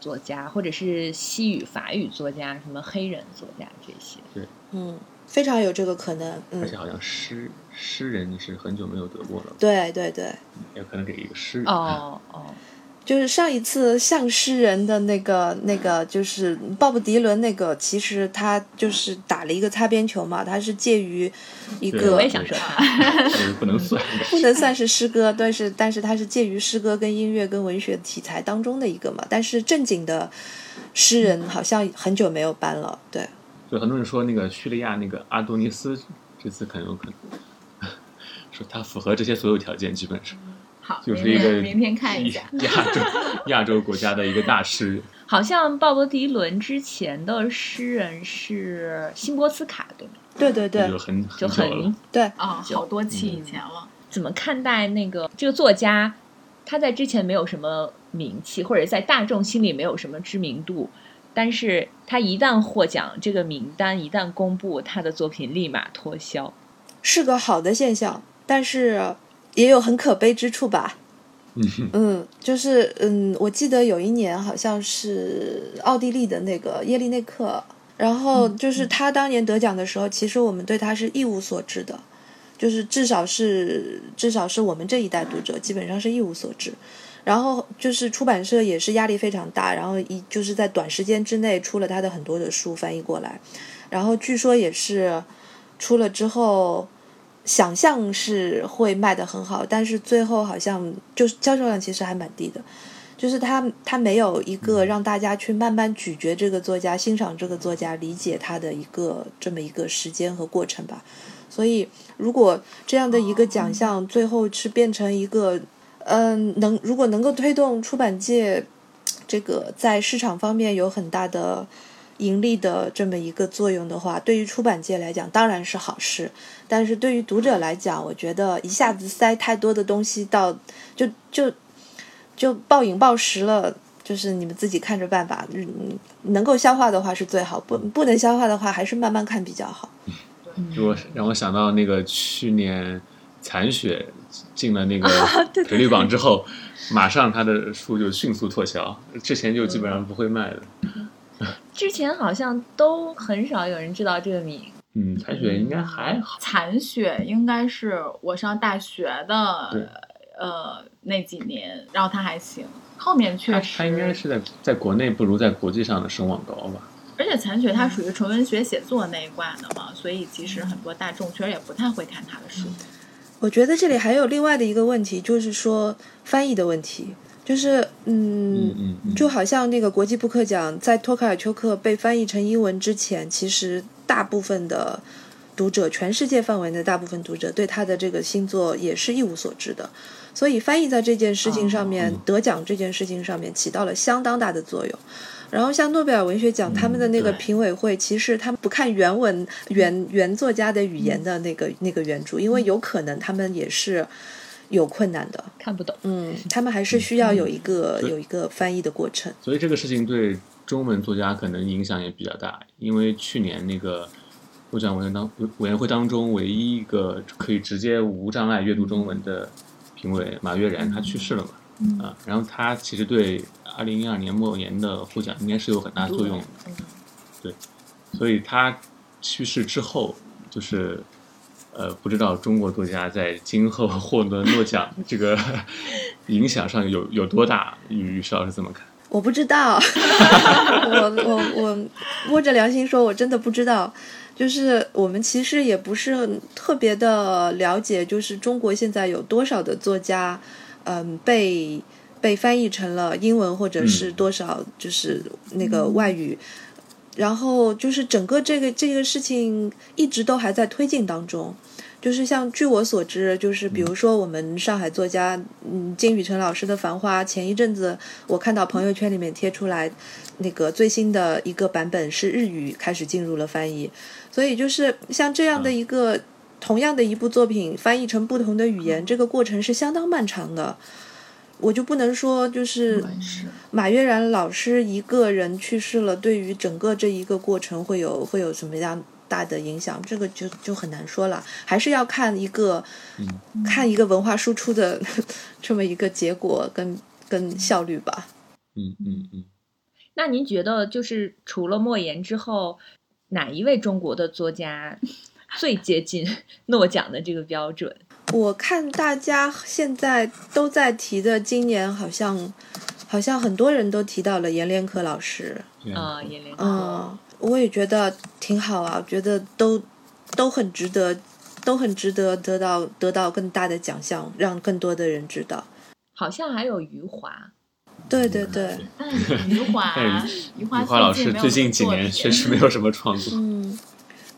[SPEAKER 1] 作家，或者是西语、法语作家，什么黑人作家这些。
[SPEAKER 4] 嗯，非常有这个可能。
[SPEAKER 3] 而
[SPEAKER 4] 嗯
[SPEAKER 3] 且，好像诗诗人是很久没有得过了，
[SPEAKER 4] 对对对，
[SPEAKER 3] 也可能给一个诗人。
[SPEAKER 1] 哦哦，
[SPEAKER 4] 就是上一次像诗人的那个那个，就是鲍勃迪伦那个，其实他就是打了一个擦边球嘛，他是介于一
[SPEAKER 3] 对
[SPEAKER 1] 我
[SPEAKER 4] 个
[SPEAKER 1] 也想说他。
[SPEAKER 3] 就是不能算。
[SPEAKER 4] 不能算是诗歌，但是但是它是介于诗歌跟音乐跟文学题材当中的一个嘛。但是正经的诗人好像很久没有搬了，对，
[SPEAKER 3] 就很多人说那个叙利亚那个阿多尼斯这次很有可能 说它符合这些所有条件，基本上
[SPEAKER 2] 好，
[SPEAKER 3] 就是
[SPEAKER 2] 明
[SPEAKER 3] 一个
[SPEAKER 2] 天明天看一下。
[SPEAKER 3] 亚洲亚洲国家的一个大师，
[SPEAKER 1] 好像鲍勃迪伦之前的诗人是辛波斯卡，对吗？
[SPEAKER 4] 对对对
[SPEAKER 3] 就很很
[SPEAKER 1] 就
[SPEAKER 3] 久
[SPEAKER 1] 很
[SPEAKER 3] 了。
[SPEAKER 4] 对，
[SPEAKER 2] 啊、好
[SPEAKER 3] 嗯
[SPEAKER 2] 多期以前了。
[SPEAKER 1] 怎么看待那个这个作家？他在之前没有什么名气，或者在大众心里没有什么知名度，但是他一旦获奖，这个名单一旦公布，他的作品立马脱销。
[SPEAKER 4] 是个好的现象，但是也有很可悲之处吧。
[SPEAKER 3] 嗯哼，
[SPEAKER 4] 嗯，就是嗯，我记得有一年好像是奥地利的那个耶利内克，然后
[SPEAKER 3] 嗯
[SPEAKER 4] 就是他当年得奖的时候，其实我们对他是一无所知的，就是至少是至少是我们这一代读者基本上是一无所知。然后就是出版社也是压力非常大，然后一就是在短时间之内出了他的很多的书翻译过来，然后据说也是出了之后，想象是会卖得很好，但是最后好像就是销售量其实还蛮低的，就是他他没有一个让大家去慢慢咀嚼这个作家、欣赏这个作家、理解他的一个这么一个时间和过程吧。所以，如果这样的一个奖项最后是变成一个，嗯、能如果能够推动出版界这个在市场方面有很大的盈利的这么一个作用的话，对于出版界来讲当然是好事，但是对于读者来讲，我觉得一下子塞太多的东西到就就就暴饮暴食了。就是你们自己看着办吧，嗯，能够消化的话是最好，不不能消化的话还是慢慢看比较好。
[SPEAKER 1] 嗯
[SPEAKER 3] 就我让我想到那个去年残雪进了那个
[SPEAKER 1] 啊对对
[SPEAKER 3] 赔率榜之后，马上他的书就迅速脱销，之前就基本上不会卖的。
[SPEAKER 1] 之前好像都很少有人知道这个名，
[SPEAKER 3] 嗯，残雪应该还好。
[SPEAKER 2] 残雪应该是我上大学
[SPEAKER 3] 对
[SPEAKER 2] 的呃那几年，然后它还行，后面
[SPEAKER 3] 他
[SPEAKER 2] 确实
[SPEAKER 3] 他应该是在在国内不如在国际上的声望高吧？
[SPEAKER 2] 而且残雪它
[SPEAKER 3] 嗯
[SPEAKER 2] 属于纯文学写作那一挂的嘛，所以其实很多大众圈也不太会看他的
[SPEAKER 3] 嗯
[SPEAKER 2] 书。
[SPEAKER 4] 我觉得这里还有另外的一个问题，就是说翻译的问题，就是嗯，
[SPEAKER 3] 嗯嗯，
[SPEAKER 4] 就好像那个国际布克奖在托卡尔丘克被翻译成英文之前，其实大部分的读者，全世界范围内大部分读者对他的这个新作也是一无所知的，所以翻译在这件事情上面，
[SPEAKER 3] 嗯
[SPEAKER 4] 得奖这件事情上面起到了相当大的作用。然后像诺贝尔文学奖，他们的那个
[SPEAKER 2] 对
[SPEAKER 4] 评委会，其实他们不看原文原原作家的语言的那
[SPEAKER 3] 嗯
[SPEAKER 4] 个那个原著，因为有可能他们也是有困难的，
[SPEAKER 1] 看不懂。
[SPEAKER 4] 嗯，他们还是需要有一
[SPEAKER 3] 嗯
[SPEAKER 4] 个有一个翻译的过程。
[SPEAKER 3] 所以这个事情对中文作家可能影响也比较大，因为去年那个获奖委员当委员会当中唯一一个可以直接无障碍阅读中文的评委马悦然他去世了嘛，啊，然后他其实对二零一二年末年的获奖应该是有很大作用的，对，所以他去世之后就是。呃，不知道中国作家在今后获得诺奖这个 影响上有有多大？于于是老师怎么看？
[SPEAKER 4] 我不知道，我我我摸着良心说，我真的不知道。就是我们其实也不是很特别的了解，就是中国现在有多少的作家，嗯，被被翻译成了英文，或者是
[SPEAKER 3] 嗯
[SPEAKER 4] 多少就是那个外语。然后就是整个这个这个事情一直都还在推进当中。就是像据我所知，就是比如说我们上海作家，嗯，金宇澄老师的《繁花》，前一阵子我看到朋友圈里面贴出来，那个最新的一个版本是日语开始进入了翻译，所以就是像这样的一个、同样的一部作品翻译成不同的语言，这个过程是相当漫长的。我就不能说就是
[SPEAKER 2] 是
[SPEAKER 4] 马悦然老师一个人去世了，对于整个这一个过程会有会有什么样大的影响？这个就就很难说了，还是要看一个、看一个文化输出的 这么一个结果跟跟效率吧。
[SPEAKER 3] 嗯嗯嗯。
[SPEAKER 1] 那您觉得，就是除了莫言之后，哪一位中国的作家最接近 诺奖的这个标准？
[SPEAKER 4] 我看大家现在都在提的，今年好像好像很多人都提到了阎连科老师，
[SPEAKER 3] 对
[SPEAKER 1] 啊、阎连科。
[SPEAKER 4] 嗯，我也觉得挺好啊，我觉得都都很值得，都很值得得到得到更大的奖项，让更多的人知道。
[SPEAKER 1] 好像还有余华，
[SPEAKER 4] 对对对，
[SPEAKER 2] 但 余华
[SPEAKER 3] 但，
[SPEAKER 2] 余
[SPEAKER 3] 哎余华老
[SPEAKER 2] 华
[SPEAKER 3] 师
[SPEAKER 2] 没有
[SPEAKER 3] 最近几
[SPEAKER 2] 作
[SPEAKER 3] 年
[SPEAKER 2] 品
[SPEAKER 3] 确实没有什么创作。
[SPEAKER 4] 嗯，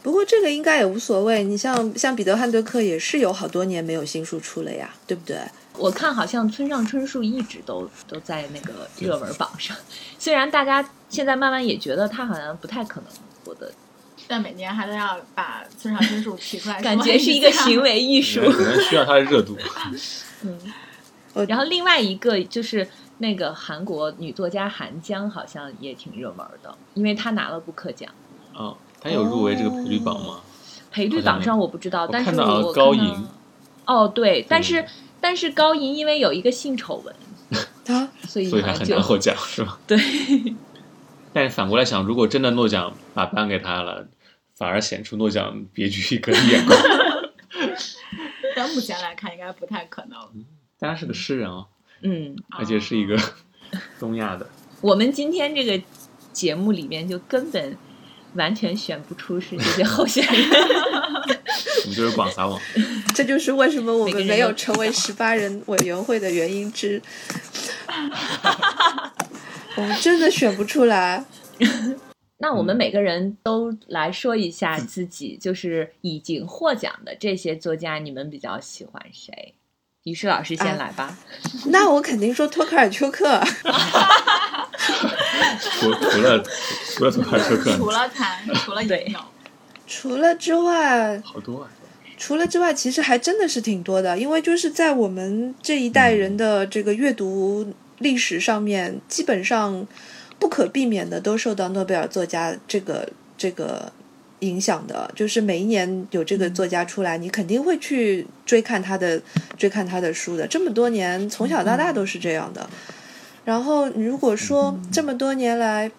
[SPEAKER 4] 不过这个应该也无所谓，你像像彼得汉德克也是有好多年没有新书出了呀，对不对？
[SPEAKER 1] 我看好像村上春树一直都都在那个热门榜上，虽然大家现在慢慢也觉得他好像不太可能获得，
[SPEAKER 2] 但每年还都要把村上春树提出来说，
[SPEAKER 1] 感觉是一个行为艺术。
[SPEAKER 3] 可能需要它的热度。
[SPEAKER 4] 我
[SPEAKER 1] 然后另外一个就是那个韩国女作家韩江，好像也挺热门的，因为她拿了布克奖。
[SPEAKER 3] 啊，他有入围这个
[SPEAKER 2] 哦
[SPEAKER 3] 赔率榜吗？
[SPEAKER 1] 赔率榜上我不知道，但是
[SPEAKER 3] 看到
[SPEAKER 1] 我
[SPEAKER 3] 高
[SPEAKER 1] 看
[SPEAKER 2] 嗯
[SPEAKER 3] 银嗯
[SPEAKER 1] 到哦对，但是但是高银因为有一个性丑闻，
[SPEAKER 4] 啊，
[SPEAKER 1] 所以
[SPEAKER 3] 所以
[SPEAKER 1] 好
[SPEAKER 3] 他
[SPEAKER 1] 像
[SPEAKER 3] 很
[SPEAKER 1] 就
[SPEAKER 3] 难获奖，是吧？
[SPEAKER 1] 对。
[SPEAKER 3] 但是反过来想，如果真的诺奖把颁给他了，反而显出诺奖别具一格的眼光。
[SPEAKER 2] 但目前来看应该不太可能。啊
[SPEAKER 3] 但他是个诗人哦，
[SPEAKER 1] 嗯，
[SPEAKER 3] 嗯而且是一个
[SPEAKER 2] 哦
[SPEAKER 3] 东亚的。
[SPEAKER 1] 我们今天这个节目里面就根本完全选不出是这些候选 人。
[SPEAKER 3] 我们就是广撒网，
[SPEAKER 4] 这就是为什么我
[SPEAKER 1] 每个
[SPEAKER 4] 们
[SPEAKER 1] 人
[SPEAKER 4] 没有
[SPEAKER 1] 都
[SPEAKER 4] 成为十八人委员会的原因之， 我们真的选不出来。
[SPEAKER 1] 那我们每个人都来说一下自己，就是已经获奖的这些作家，你们比较喜欢谁？于是老师先
[SPEAKER 4] 啊
[SPEAKER 1] 来吧。
[SPEAKER 4] 那我肯定说托卡尔丘克，
[SPEAKER 3] 除除了除了托卡丘
[SPEAKER 2] 除
[SPEAKER 3] 克，
[SPEAKER 2] 了谈，除 了
[SPEAKER 1] 对
[SPEAKER 2] 引友，
[SPEAKER 4] 除了之外，
[SPEAKER 3] 好多啊。
[SPEAKER 4] 除了之外，其实还真的是挺多的，因为就是在我们这一代人的这个阅读历史上面，基本上不可避免的都受到诺贝尔作家这个这个影响的，就是每一年有这个作家出来，你肯定会去追看他的追看他的书的。这么多年，从小到大都是这样的。然后，如果说这么多年来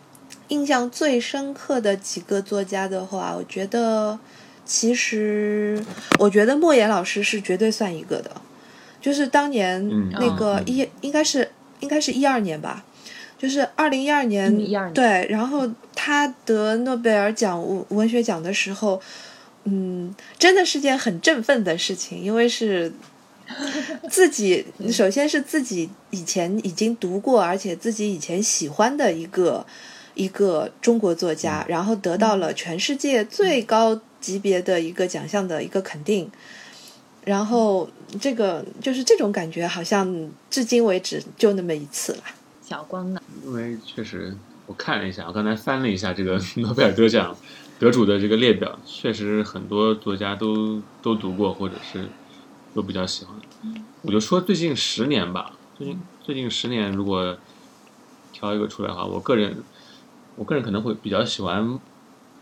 [SPEAKER 4] 印象最深刻的几个作家的话，我觉得其实我觉得莫言老师是绝对算一个的，就是当年
[SPEAKER 3] 嗯
[SPEAKER 4] 那个
[SPEAKER 3] 嗯
[SPEAKER 4] 一、应该是应该是一二年吧，就是二零一二年
[SPEAKER 1] 嗯12年
[SPEAKER 4] 对，然后他得诺贝尔奖文文学奖的时候，嗯，真的是件很振奋的事情，因为是自己，首先是自己以前已经读过，而且自己以前喜欢的一个一个中国作家，然后得到了全世界最高级别的一个奖项的一个肯定。然后，这个就是这种感觉，好像至今为止就那么一次了。
[SPEAKER 1] 小光呢？
[SPEAKER 3] 因为确实我看了一下，我刚才翻了一下这个 诺贝尔得奖得主的这个列表，确实很多作家都都读过，或者是都比较喜欢。我就说最近十年吧，最近最近十年，如果挑一个出来的话，我个人我个人可能会比较喜欢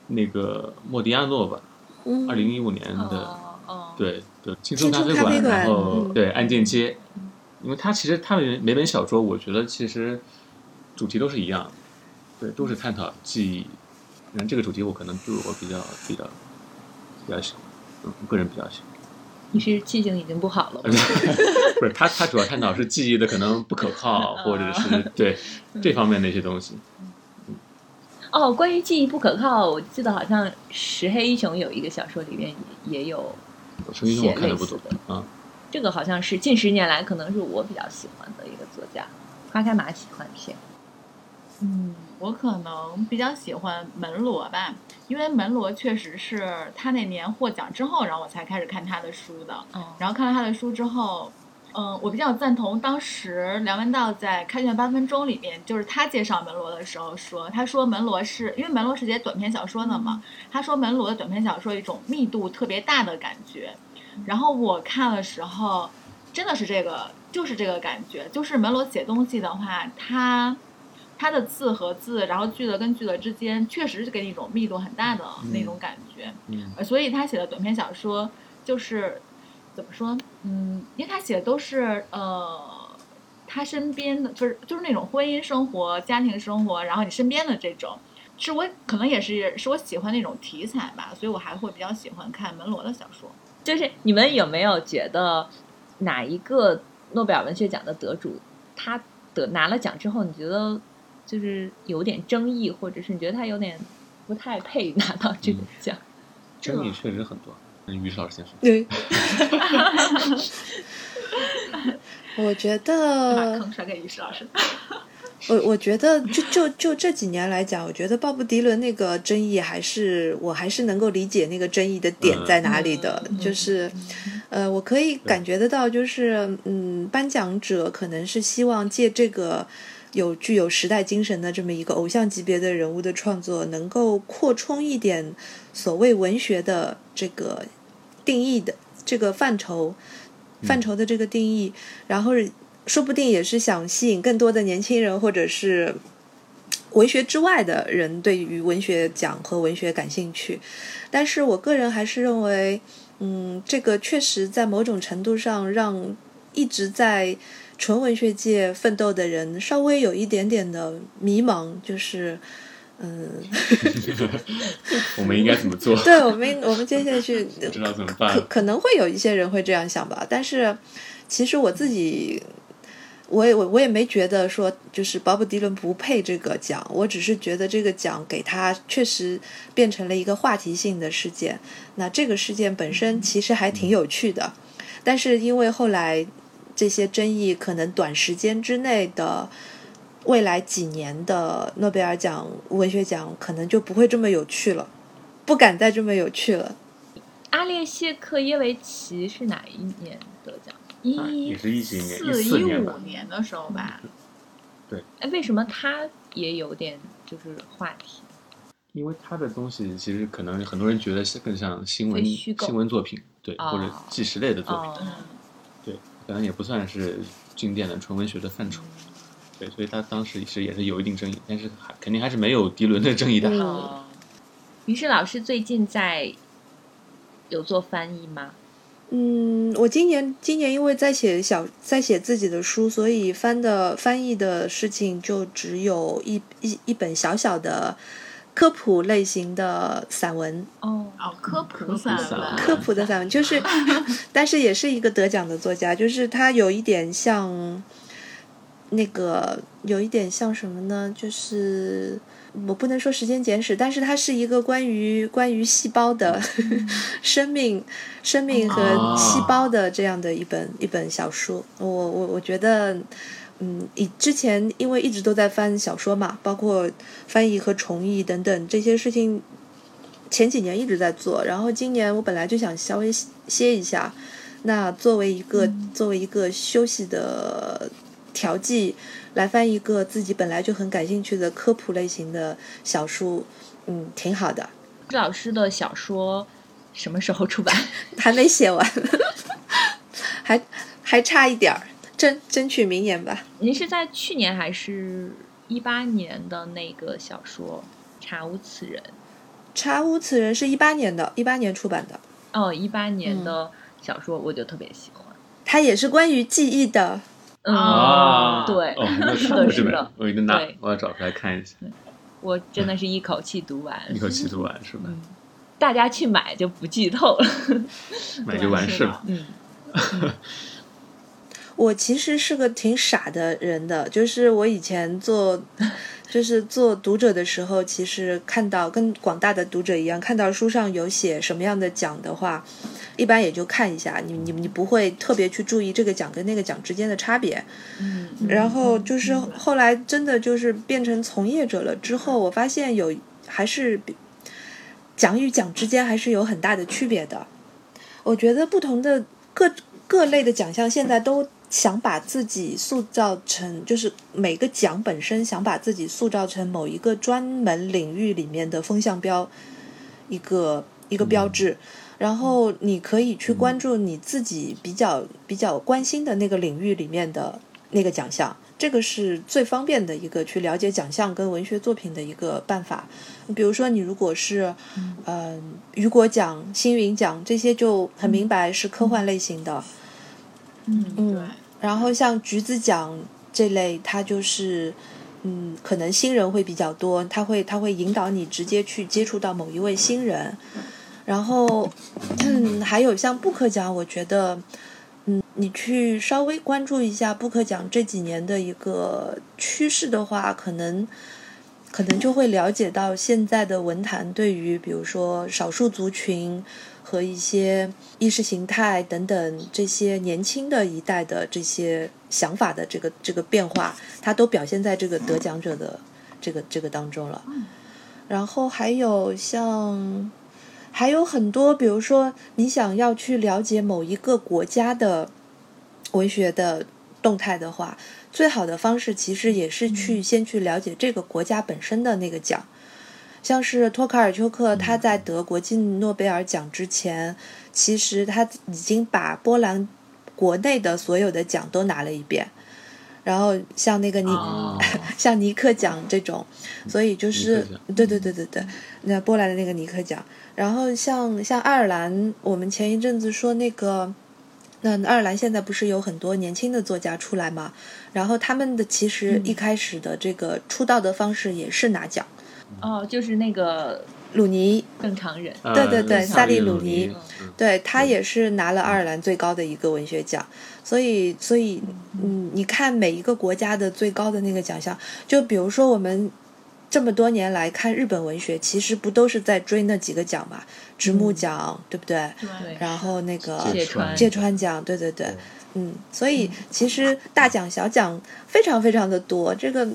[SPEAKER 3] 那个莫迪亚诺吧，
[SPEAKER 4] 嗯，
[SPEAKER 3] 二零一五年的
[SPEAKER 1] 哦哦，
[SPEAKER 3] 对对，轻松
[SPEAKER 4] 轻
[SPEAKER 3] 咖
[SPEAKER 4] 松
[SPEAKER 3] 啡
[SPEAKER 4] 咖啡
[SPEAKER 3] 馆，然
[SPEAKER 4] 馆
[SPEAKER 3] 后
[SPEAKER 4] 嗯
[SPEAKER 3] 对案件街，因为它其实它每每本小说，我觉得其实主题都是一样的，对，都是探讨记忆。然后这个主题我可能对我比较比较比较喜欢，嗯，个人比较喜欢。
[SPEAKER 1] 你是记性已经不好了吗？
[SPEAKER 3] 不是，他他主要探讨是记忆的可能不可靠，
[SPEAKER 4] 嗯
[SPEAKER 3] 或者是对这方面的一些东西。
[SPEAKER 1] 哦，关于记忆不可靠，我记得好像石黑一雄有一个小说里面也也有，
[SPEAKER 3] 陈英雄我看的不多
[SPEAKER 1] 写类似
[SPEAKER 3] 啊，
[SPEAKER 1] 这个好像是近十年来可能是我比较喜欢的一个作家。花开马喜欢谁？
[SPEAKER 2] 嗯，我可能比较喜欢门罗吧，因为门罗确实是他那年获奖之后，然后我才开始看他的书的。
[SPEAKER 1] 哦，
[SPEAKER 2] 然后看了他的书之后，嗯，我比较赞同当时梁文道在《开卷八分钟》里面，就是他介绍门罗的时候说，他说门罗是因为门罗是写短篇小说的嘛，他说门罗的短篇小说有一种密度特别大的感觉。然后我看的时候，真的是这个，就是这个感觉，就是门罗写东西的话，他。他的字和字，然后句子跟句子之间，确实是给你一种密度很大的那种感觉。
[SPEAKER 3] 嗯，
[SPEAKER 2] 呃，所以他写的短篇小说就是怎么说？嗯，因为他写的都是呃，他身边的就是就是那种婚姻生活、家庭生活，然后你身边的这种，是我可能也是是我喜欢那种题材吧，所以我还会比较喜欢看门罗的小说。
[SPEAKER 1] 就是你们有没有觉得哪一个诺贝尔文学奖的得主，他得拿了奖之后，你觉得就是有点争议，或者是你觉得他有点不太配 拿到这个奖？
[SPEAKER 3] 争议确实很多。嗯于是老师先说，
[SPEAKER 4] 对，我觉
[SPEAKER 2] 把
[SPEAKER 4] 得嗯
[SPEAKER 2] 坑甩给于适老师。
[SPEAKER 4] 我我觉得就就就这几年来讲，我觉得鲍勃迪伦那个争议还是我还是能够理解那个争议的点在哪里的，
[SPEAKER 2] 嗯
[SPEAKER 4] 就是，呃，我可以感觉得到，就是嗯，颁奖者可能是希望借这个。有具有时代精神的这么一个偶像级别的人物的创作，能够扩充一点所谓文学的这个定义的这个范畴，范畴的这个定义，然后说不定也是想吸引更多的年轻人，或者是文学之外的人对于文学奖和文学感兴趣。但是我个人还是认为，嗯，这个确实在某种程度上让一直在纯文学界奋斗的人稍微有一点点的迷茫，就是。嗯，
[SPEAKER 3] 我们应该怎么做？
[SPEAKER 4] 对我们，我们接下去
[SPEAKER 3] 不知道怎么
[SPEAKER 4] 可
[SPEAKER 3] 办。
[SPEAKER 4] 可能会有一些人会这样想吧，但是其实我自己，我也我我也没觉得说就是鲍勃迪伦不配这个奖，我只是觉得这个奖给他确实变成了一个话题性的事件。那这个事件本身其实还挺有趣的，但是因为后来这些争议可能短时间之内的。未来几年的诺贝尔奖文学奖可能就不会这么有趣了，不敢再这么有趣了。
[SPEAKER 1] 阿列谢克耶维奇是哪一年得奖？
[SPEAKER 3] 啊
[SPEAKER 1] 一
[SPEAKER 3] 也是一几年，
[SPEAKER 2] 四
[SPEAKER 3] 四
[SPEAKER 2] 一
[SPEAKER 3] 年吧
[SPEAKER 2] 五。年的时候吧，
[SPEAKER 1] 哎，为什么他也有点就是话题？
[SPEAKER 3] 因为他的东西其实可能很多人觉得是更像新闻
[SPEAKER 1] 非虚构
[SPEAKER 3] 新闻作品，对，
[SPEAKER 1] 哦
[SPEAKER 3] 或者纪实类的作品，
[SPEAKER 2] 嗯
[SPEAKER 1] 哦，
[SPEAKER 3] 对，可能也不算是经典的纯文学的范畴。
[SPEAKER 1] 嗯
[SPEAKER 3] 对，所以他当时是也是有一定争议，但是还肯定还是没有迪伦的争议大。
[SPEAKER 4] 嗯
[SPEAKER 1] 哦于是老师最近在有做翻译吗？
[SPEAKER 4] 嗯，我今年今年因为在写小在写自己的书，所以翻的翻译的事情就只有一一一本小小的科普类型的散文，
[SPEAKER 1] 哦，
[SPEAKER 2] 哦，科普
[SPEAKER 3] 散
[SPEAKER 2] 散
[SPEAKER 3] 文
[SPEAKER 2] 文，
[SPEAKER 4] 科普的散文，就是， 但是也是一个得奖的作家，就是他有一点像那个，有一点像什么呢？就是我不能说《时间简史》，但是它是一个关于关于细胞的 生命、生命和
[SPEAKER 3] 哦
[SPEAKER 4] 细胞的这样的一本、一本小说。我我我觉得。嗯，以之前因为一直都在翻小说嘛，包括翻译和重译等等这些事情，前几年一直在做，然后今年我本来就想稍微歇歇一下，那作为一个、作为一个休息的调剂，来翻一个自己本来就很感兴趣的科普类型的小书，嗯，挺好的，
[SPEAKER 1] 这老师的小说什么时候出版？
[SPEAKER 4] 还没写完， 还还差一点儿，争争取明年吧。
[SPEAKER 1] 您是在去年还是一八年的那个小说《查无此人》？
[SPEAKER 4] 查无此人是一八年的，一八年出版的，
[SPEAKER 1] 哦，一八年的小说我就特别喜欢。
[SPEAKER 4] 它也是关于记忆的。
[SPEAKER 1] 嗯，
[SPEAKER 3] 啊，
[SPEAKER 1] 对
[SPEAKER 3] 哦， 那
[SPEAKER 1] 是
[SPEAKER 3] 是
[SPEAKER 1] 的
[SPEAKER 3] 我
[SPEAKER 1] 是
[SPEAKER 3] 这本
[SPEAKER 1] 的
[SPEAKER 3] 我一定拿
[SPEAKER 1] 对，嗯
[SPEAKER 3] 我要找出来看一下，
[SPEAKER 1] 我真的是一口气读完，
[SPEAKER 3] 一口气读完是吧？
[SPEAKER 1] 大家去买就不剧透了。
[SPEAKER 3] 买就完事了。
[SPEAKER 1] 嗯，
[SPEAKER 4] 我其实是个挺傻的人的，就是我以前做， 就是做读者的时候，其实看到跟广大的读者一样，看到书上有写什么样的奖的话，一般也就看一下，你你你不会特别去注意这个奖跟那个奖之间的差别。
[SPEAKER 1] 嗯，
[SPEAKER 4] 然后就是后来真的就是变成从业者了之后，我发现有还是比奖与奖之间还是有很大的区别的。我觉得不同的各各类的奖项现在都想把自己塑造成，就是每个奖本身想把自己塑造成某一个专门领域里面的风向标，一个一个标志。然后你可以去关注你自己比较比较关心的那个领域里面的那个奖项，这个是最方便的一个去了解奖项跟文学作品的一个办法。比如说，你如果是，呃，雨果奖、星云奖这些就很明白是科幻类型的。
[SPEAKER 2] 嗯，对，
[SPEAKER 4] 然后像橘子奖这类，它就是，嗯，可能新人会比较多，它会它会引导你直接去接触到某一位新人。然后，嗯，还有像布克奖，我觉得，嗯，你去稍微关注一下布克奖这几年的一个趋势的话，可能可能就会了解到现在的文坛对于比如说少数族群和一些意识形态等等这些年轻的一代的这些想法的这个这个变化，它都表现在这个得奖者的这个这个当中了。然后还有像。还有很多，比如说你想要去了解某一个国家的文学的动态的话，最好的方式其实也是去先去了解这个国家本身的那个奖。像是托卡尔丘克，他在得国际诺贝尔奖之前，其实他已经把波兰国内的所有的奖都拿了一遍。然后像那
[SPEAKER 1] 嗯
[SPEAKER 4] 个尼、
[SPEAKER 3] 哦
[SPEAKER 4] 像尼克奖这种，所以就是
[SPEAKER 3] 尼克嗯
[SPEAKER 4] 对对对对对，那波兰的那个尼克奖，然后像像爱尔兰，我们前一阵子说那个，那爱尔兰现在不是有很多年轻的作家出来嘛，然后他们的其实一开始的这个出道的方式也是拿奖，
[SPEAKER 1] 哦，就是那个
[SPEAKER 4] 鲁尼
[SPEAKER 1] 正常人，
[SPEAKER 3] 呃
[SPEAKER 4] 对对对萨利
[SPEAKER 3] 鲁
[SPEAKER 4] 鲁尼
[SPEAKER 3] 嗯
[SPEAKER 4] 对他也是拿了爱尔兰最高的一个文学奖，所以所以嗯，你看每一个国家的最高的那个奖项，就比如说我们这么多年来看日本文学，其实不都是在追那几个奖嘛，直木奖、对不对？
[SPEAKER 1] 对
[SPEAKER 2] 对，
[SPEAKER 4] 然后那个
[SPEAKER 3] 嗯
[SPEAKER 1] 芥川
[SPEAKER 4] 嗯芥川奖，对对对
[SPEAKER 3] 对，
[SPEAKER 4] 嗯，所以其实大奖小奖非常非常的多，这个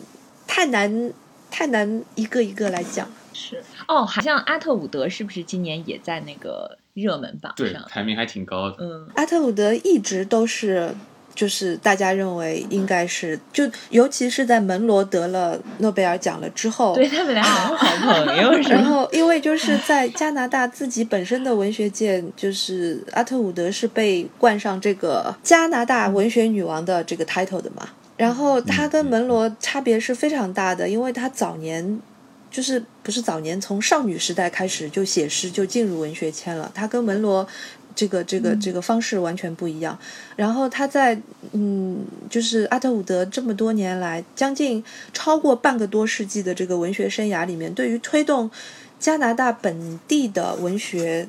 [SPEAKER 4] 太难太难一个一个来讲。
[SPEAKER 2] 是
[SPEAKER 1] 哦，好像阿特伍德是不是今年也在那个热门榜
[SPEAKER 3] 对
[SPEAKER 1] 上？
[SPEAKER 3] 排名还挺高的。
[SPEAKER 1] 嗯，
[SPEAKER 4] 阿特伍德一直都是，就是大家认为应该是，就尤其是在门罗得了诺贝尔奖了之后，
[SPEAKER 1] 对他们俩好像好朋友是
[SPEAKER 4] 然
[SPEAKER 1] 吗？
[SPEAKER 4] 后因为就是在加拿大自己本身的文学界，就是阿特伍德是被冠上这个加拿大文学女王的这个 title 的嘛。然后他跟门罗差别是非常大的，因为他早年就是不是早年从少女时代开始就写诗就进入文学圈了，他跟门罗。这个这个这个方式完全不一样。然后他在嗯，就是阿特伍德这么多年来，将近超过半个多世纪的这个文学生涯里面，对于推动加拿大本地的文学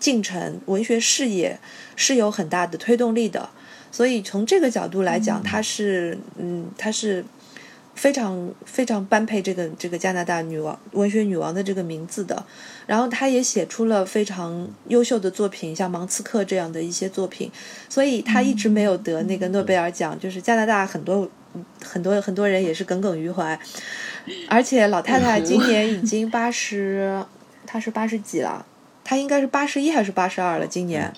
[SPEAKER 4] 进程、文学事业是有很大的推动力的。所以从这个角度来讲，他是嗯，他是非常非常般配这个这个加拿大女王文学女王的这个名字的。然后他也写出了非常优秀的作品，像《芒刺客》这样的一些作品，所以他一直没有得那个诺贝尔奖。就是加拿大很多很多很多人也是耿耿于怀，而且老太太今年已经八十，她是八十几了，她应该是八十一还是八十二了？
[SPEAKER 1] 嗯
[SPEAKER 4] 今年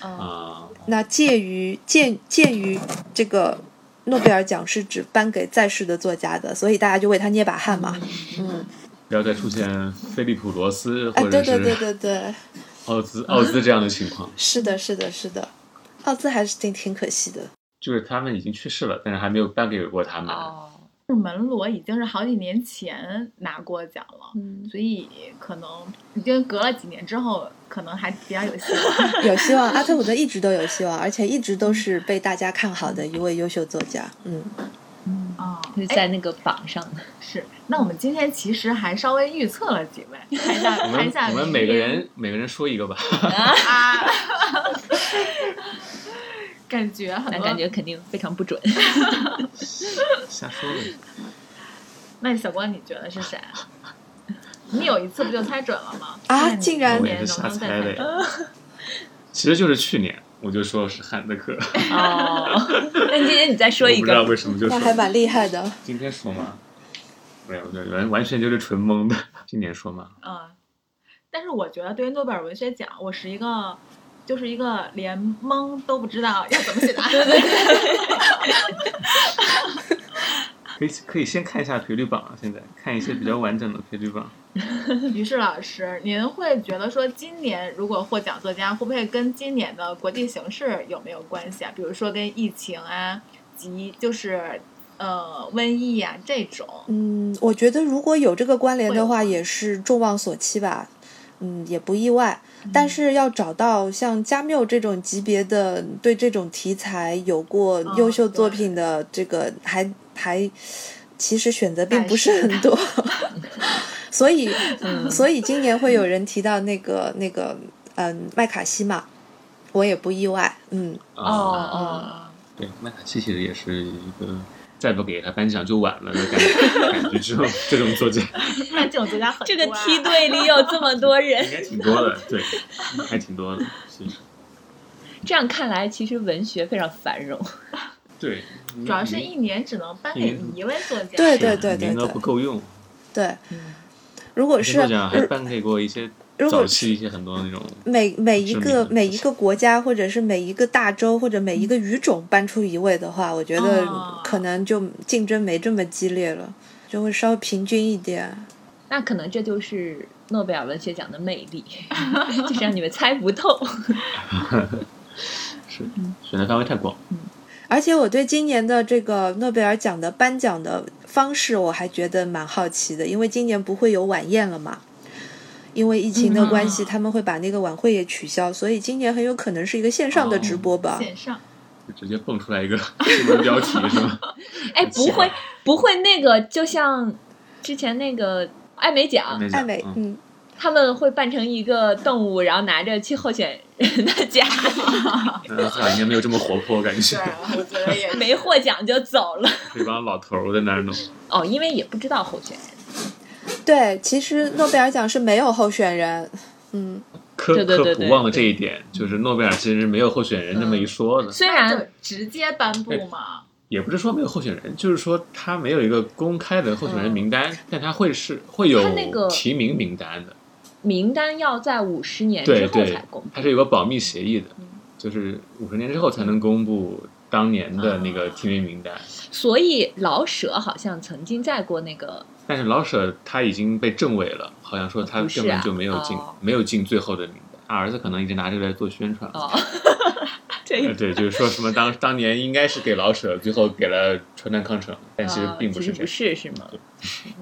[SPEAKER 3] 啊，
[SPEAKER 4] 那介于鉴鉴于这个诺贝尔奖是只颁给在世的作家的，所以大家就为他捏把汗嘛。嗯，
[SPEAKER 3] 不要再出现菲利普·罗斯
[SPEAKER 4] 哎，
[SPEAKER 3] 或
[SPEAKER 4] 对
[SPEAKER 3] 者
[SPEAKER 4] 对对
[SPEAKER 3] 是
[SPEAKER 4] 对对，
[SPEAKER 3] 奥 兹奥兹这样的情况，
[SPEAKER 4] 是的，是的，是的，奥兹还是挺挺可惜的。
[SPEAKER 3] 就是他们已经去世了，但是还没有颁给过他 们。
[SPEAKER 1] 哦，
[SPEAKER 2] 就是门罗已经是好几年前拿过奖了，
[SPEAKER 1] 嗯，
[SPEAKER 2] 所以可能已经隔了几年之后，可能还比较有希望。
[SPEAKER 4] 有希望，阿特伍德一直都有希望，而且一直都是被大家看好的一位优秀作家。嗯，
[SPEAKER 2] 哦，
[SPEAKER 1] 就是
[SPEAKER 2] 哎
[SPEAKER 1] 嗯在那个榜上的。
[SPEAKER 2] 是，那我们今天其实还稍微预测了几位，看一下
[SPEAKER 3] 我
[SPEAKER 2] 看一
[SPEAKER 3] 们
[SPEAKER 2] 下
[SPEAKER 3] 我们每个人每个人说一个吧。
[SPEAKER 2] 啊，感觉很
[SPEAKER 1] 那
[SPEAKER 2] 多
[SPEAKER 1] 感觉肯定非常不准。
[SPEAKER 3] 瞎说呗。
[SPEAKER 2] 那小光，你觉得是谁？啊你有一次不就猜准了吗？
[SPEAKER 4] 啊
[SPEAKER 2] 看看你
[SPEAKER 4] 竟然
[SPEAKER 2] 今
[SPEAKER 3] 我也
[SPEAKER 2] 年
[SPEAKER 3] 是
[SPEAKER 2] 能
[SPEAKER 3] 瞎
[SPEAKER 2] 不能再
[SPEAKER 3] 猜的
[SPEAKER 2] 猜
[SPEAKER 3] 呀。 其实就是去年，我就说是汉德 克，
[SPEAKER 1] 哦，那今天你再说
[SPEAKER 3] 我
[SPEAKER 1] 一
[SPEAKER 3] 不知道
[SPEAKER 1] 个，
[SPEAKER 3] 为什么就
[SPEAKER 4] 那还
[SPEAKER 3] 说
[SPEAKER 4] 蛮厉害的。
[SPEAKER 3] 今天说嘛，没有，就完完全就是纯蒙的。今年说嘛，
[SPEAKER 2] 嗯，但是我觉得对于诺贝尔文学奖，我是一个，就是一个连蒙都不知道要怎么写答案。对对对，
[SPEAKER 3] 可以可以先看一下赔率榜啊，现在看一些比较完整的赔率榜。
[SPEAKER 2] 于是老师，您会觉得说，今年如果获奖作家，会不会跟今年的国际形势有没有关系啊？比如说跟疫情啊，及就是呃瘟疫啊这种。
[SPEAKER 4] 嗯，我觉得如果有这个关联的话，
[SPEAKER 2] 会有吗
[SPEAKER 4] 也是众望所期吧。嗯，也不意外。但是要找到像加缪这种级别的，对这种题材有过
[SPEAKER 2] 嗯
[SPEAKER 4] 优秀作品的，这个还、还其实选择并不是很多。 所 以，
[SPEAKER 2] 嗯
[SPEAKER 4] 所以今年会有人提到那个那个嗯麦卡锡嘛，我也不意外。嗯，
[SPEAKER 1] 哦
[SPEAKER 3] 对，麦卡锡其实也是一个 再不给他颁奖就晚了的感 觉，感觉这种这种作 家
[SPEAKER 2] 那这种作家很
[SPEAKER 1] 这个
[SPEAKER 2] 多啊
[SPEAKER 1] 梯队里有这么多人
[SPEAKER 3] 应，该 挺多的，对，还挺多的，其实
[SPEAKER 1] 这样看来，其实文学非常繁荣。
[SPEAKER 3] 对，
[SPEAKER 2] 主要是一年只能颁给一位作家，
[SPEAKER 4] 对
[SPEAKER 3] 对
[SPEAKER 4] 对对对
[SPEAKER 3] 名额
[SPEAKER 4] 对
[SPEAKER 3] 不够用，
[SPEAKER 4] 对，
[SPEAKER 2] 嗯
[SPEAKER 4] 如果是
[SPEAKER 3] 作家还
[SPEAKER 4] 如
[SPEAKER 3] 颁给过一些
[SPEAKER 4] 如果
[SPEAKER 3] 早期一些很多那种
[SPEAKER 4] 每每
[SPEAKER 3] 知
[SPEAKER 4] 一
[SPEAKER 3] 名
[SPEAKER 4] 个
[SPEAKER 3] 的
[SPEAKER 4] 每一个国家，或者是每一个大洲，或者每一个语种搬出一位的话，我觉得
[SPEAKER 2] 哦
[SPEAKER 4] 可能就竞争没这么激烈了，就会稍微平均一点。
[SPEAKER 1] 那可能这就是诺贝尔文学奖的魅力，就是让你们猜不透。
[SPEAKER 3] 是选择范围太广，
[SPEAKER 4] 而且我对今年的这个诺贝尔奖的颁奖的方式，我还觉得蛮好奇的，因为今年不会有晚宴了嘛。因为疫情的关系，
[SPEAKER 2] 嗯
[SPEAKER 4] 他们会把那个晚会也取消，所以今年很有可能是一个线
[SPEAKER 3] 哦
[SPEAKER 4] 上的直播吧。
[SPEAKER 2] 线上
[SPEAKER 3] 就直接蹦出来一个 新闻标题是吗？
[SPEAKER 1] 哎，
[SPEAKER 3] 很
[SPEAKER 1] 不
[SPEAKER 3] 奇怪
[SPEAKER 1] 会，不会，那个就像之前那个艾美奖，
[SPEAKER 3] 那
[SPEAKER 4] 艾美，
[SPEAKER 3] 嗯
[SPEAKER 4] 嗯，
[SPEAKER 1] 他们会扮成一个动物，然后拿着去候选人的家，
[SPEAKER 3] 那斯卡应该没有这么活泼，感觉
[SPEAKER 2] 对， 我觉得也是
[SPEAKER 1] 没获奖就走了。
[SPEAKER 3] 这帮老头儿在那儿弄，
[SPEAKER 1] 哦，因为也不知道候选人。
[SPEAKER 4] 对，其实诺贝尔奖是没有候选人，嗯，
[SPEAKER 3] 科
[SPEAKER 1] 对对
[SPEAKER 3] 科
[SPEAKER 1] 对
[SPEAKER 3] 普
[SPEAKER 1] 对嗯
[SPEAKER 3] 忘了这一点，就是诺贝尔其实没有候选人这么一说的，
[SPEAKER 1] 虽
[SPEAKER 2] 那
[SPEAKER 1] 然
[SPEAKER 2] 就直接颁布嘛，
[SPEAKER 3] 也不是说没有候选人，就是说他没有一个公开的候选人名单，但他会是会有
[SPEAKER 1] 嗯他那个
[SPEAKER 3] 提名名单的，
[SPEAKER 1] 名单要在五十年之
[SPEAKER 3] 对
[SPEAKER 1] 后
[SPEAKER 3] 对
[SPEAKER 1] 才公布，，嗯
[SPEAKER 3] 它是有个保密协议的，就是五十年之后才能公布当年的那个提名名单。
[SPEAKER 1] 啊所以老舍好像曾经在过那个
[SPEAKER 3] 但是老舍他已经被政委了，好像说他
[SPEAKER 1] 不是
[SPEAKER 3] 根本
[SPEAKER 1] 啊
[SPEAKER 3] 就没有进，
[SPEAKER 1] 哦
[SPEAKER 3] 没有进最后的名单。他儿子可能一直拿这个来做宣传。
[SPEAKER 1] 哦， 这
[SPEAKER 3] 呃
[SPEAKER 1] 个
[SPEAKER 3] 对，就是说什么当当年应该是给老舍，最后给了川端康成，但其实
[SPEAKER 1] 啊
[SPEAKER 3] 并不
[SPEAKER 1] 其
[SPEAKER 3] 是
[SPEAKER 1] 实
[SPEAKER 3] 这
[SPEAKER 1] 不
[SPEAKER 3] 样。
[SPEAKER 1] 是是吗？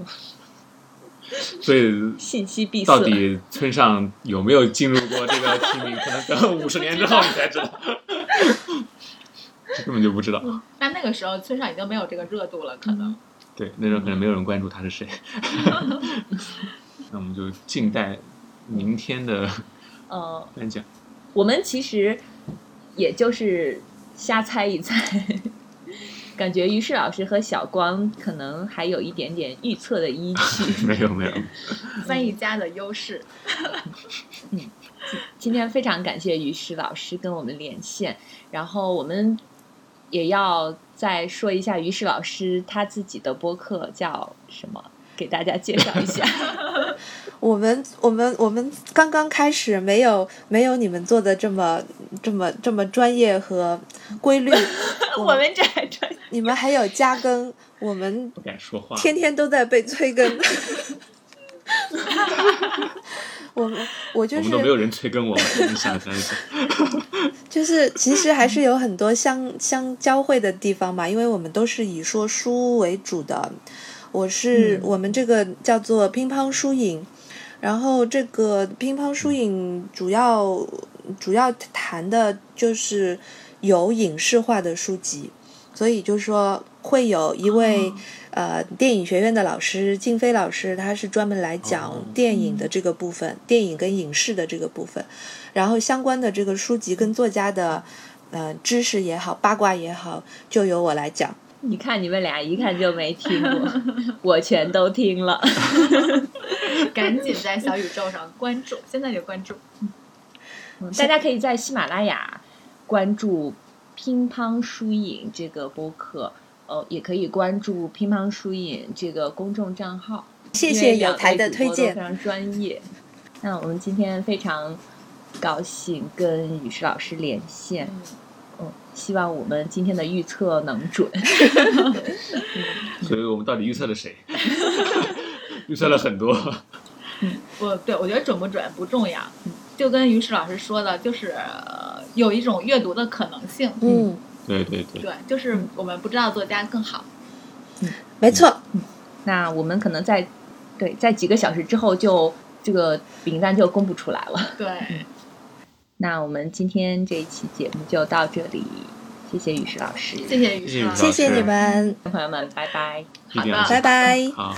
[SPEAKER 3] 所以
[SPEAKER 1] 信息闭塞
[SPEAKER 3] 到。底村上有没有进入过这个提名？可能等五十年之后你才知道， 这根本就不知道。
[SPEAKER 2] 那那个时候村上已经没有这个热度了，可
[SPEAKER 1] 嗯
[SPEAKER 2] 能
[SPEAKER 3] 对，那时候可能没有人关注他是谁。那我们就静待明天的
[SPEAKER 1] 呃，
[SPEAKER 3] 颁奖。
[SPEAKER 1] 我们其实也就是瞎猜一猜， 感觉于适老师和小光可能还有一点点预测的依 据。
[SPEAKER 3] 没有没有，
[SPEAKER 2] 翻译家的优势，
[SPEAKER 1] 今天非常感谢于适老师跟我们连线，然后我们也要再说一下于适老师他自己的播客叫什么，给大家介绍一 下。
[SPEAKER 4] 我们我们我们刚刚开始，没有没有你们做的这么这么这么专业和规 律，
[SPEAKER 1] 我们这还专
[SPEAKER 4] 你们还有加更，我们
[SPEAKER 3] 不敢说话。
[SPEAKER 4] 天天都在被 催更。我们我
[SPEAKER 3] 我
[SPEAKER 4] 就
[SPEAKER 3] 们都没有
[SPEAKER 4] 是
[SPEAKER 3] 人催更我们，你想象一下，
[SPEAKER 4] 就是，其实还是有很多相相交汇的地方嘛，因为我们都是以说书为主的。我是、我们这个叫做乒乓书影，然后这个乒乓书影主要主要谈的就是有影视化的书籍，所以就说会有一位、呃电影学院的老师静飞老师，他是专门来讲
[SPEAKER 3] 哦
[SPEAKER 4] 电影的这个部分，电影跟影视的这个部分，然后相关的这个书籍跟作家的呃知识也好，八卦也好，就由我来讲。
[SPEAKER 1] 你看你们俩一看就没听过，我全都听 了。
[SPEAKER 2] 赶紧在小宇宙上关注，现在就关注。
[SPEAKER 1] 嗯大家可以在喜马拉雅关注“乒乓书影”这个播客，呃，也可以关注“乒乓书影”这个公众账号。
[SPEAKER 4] 谢
[SPEAKER 1] 因为
[SPEAKER 4] 谢有
[SPEAKER 1] 两
[SPEAKER 4] 台
[SPEAKER 1] 位
[SPEAKER 4] 的
[SPEAKER 1] 主
[SPEAKER 4] 推
[SPEAKER 1] 播都
[SPEAKER 4] 荐
[SPEAKER 1] 非。常专业。那我们今天非常高兴跟雨石老师连线，
[SPEAKER 2] 嗯，
[SPEAKER 1] 嗯，希望我们今天的预测能准。
[SPEAKER 3] 所以我们到底预测了谁？预测了很多，
[SPEAKER 2] 我对我觉得准不准不重要，嗯就跟于适老师说的，就是、呃有一种阅读的可能性。
[SPEAKER 4] 嗯，
[SPEAKER 3] 对对对，
[SPEAKER 2] 对，就是我们不知道作家更好。
[SPEAKER 4] 没错，
[SPEAKER 1] 那我们可能在对在几个小时之后就这个名单就公布出来了。
[SPEAKER 2] 对，
[SPEAKER 1] 那我们今天这一期节目就到这里，谢谢雨石老师，
[SPEAKER 2] 谢谢于
[SPEAKER 3] 谢谢
[SPEAKER 2] 适
[SPEAKER 3] 于
[SPEAKER 2] 老
[SPEAKER 3] 老
[SPEAKER 2] 师
[SPEAKER 4] 谢。谢你们，
[SPEAKER 1] 朋友们，拜拜。
[SPEAKER 3] 一定要
[SPEAKER 2] 好的
[SPEAKER 4] 拜拜。
[SPEAKER 3] 好。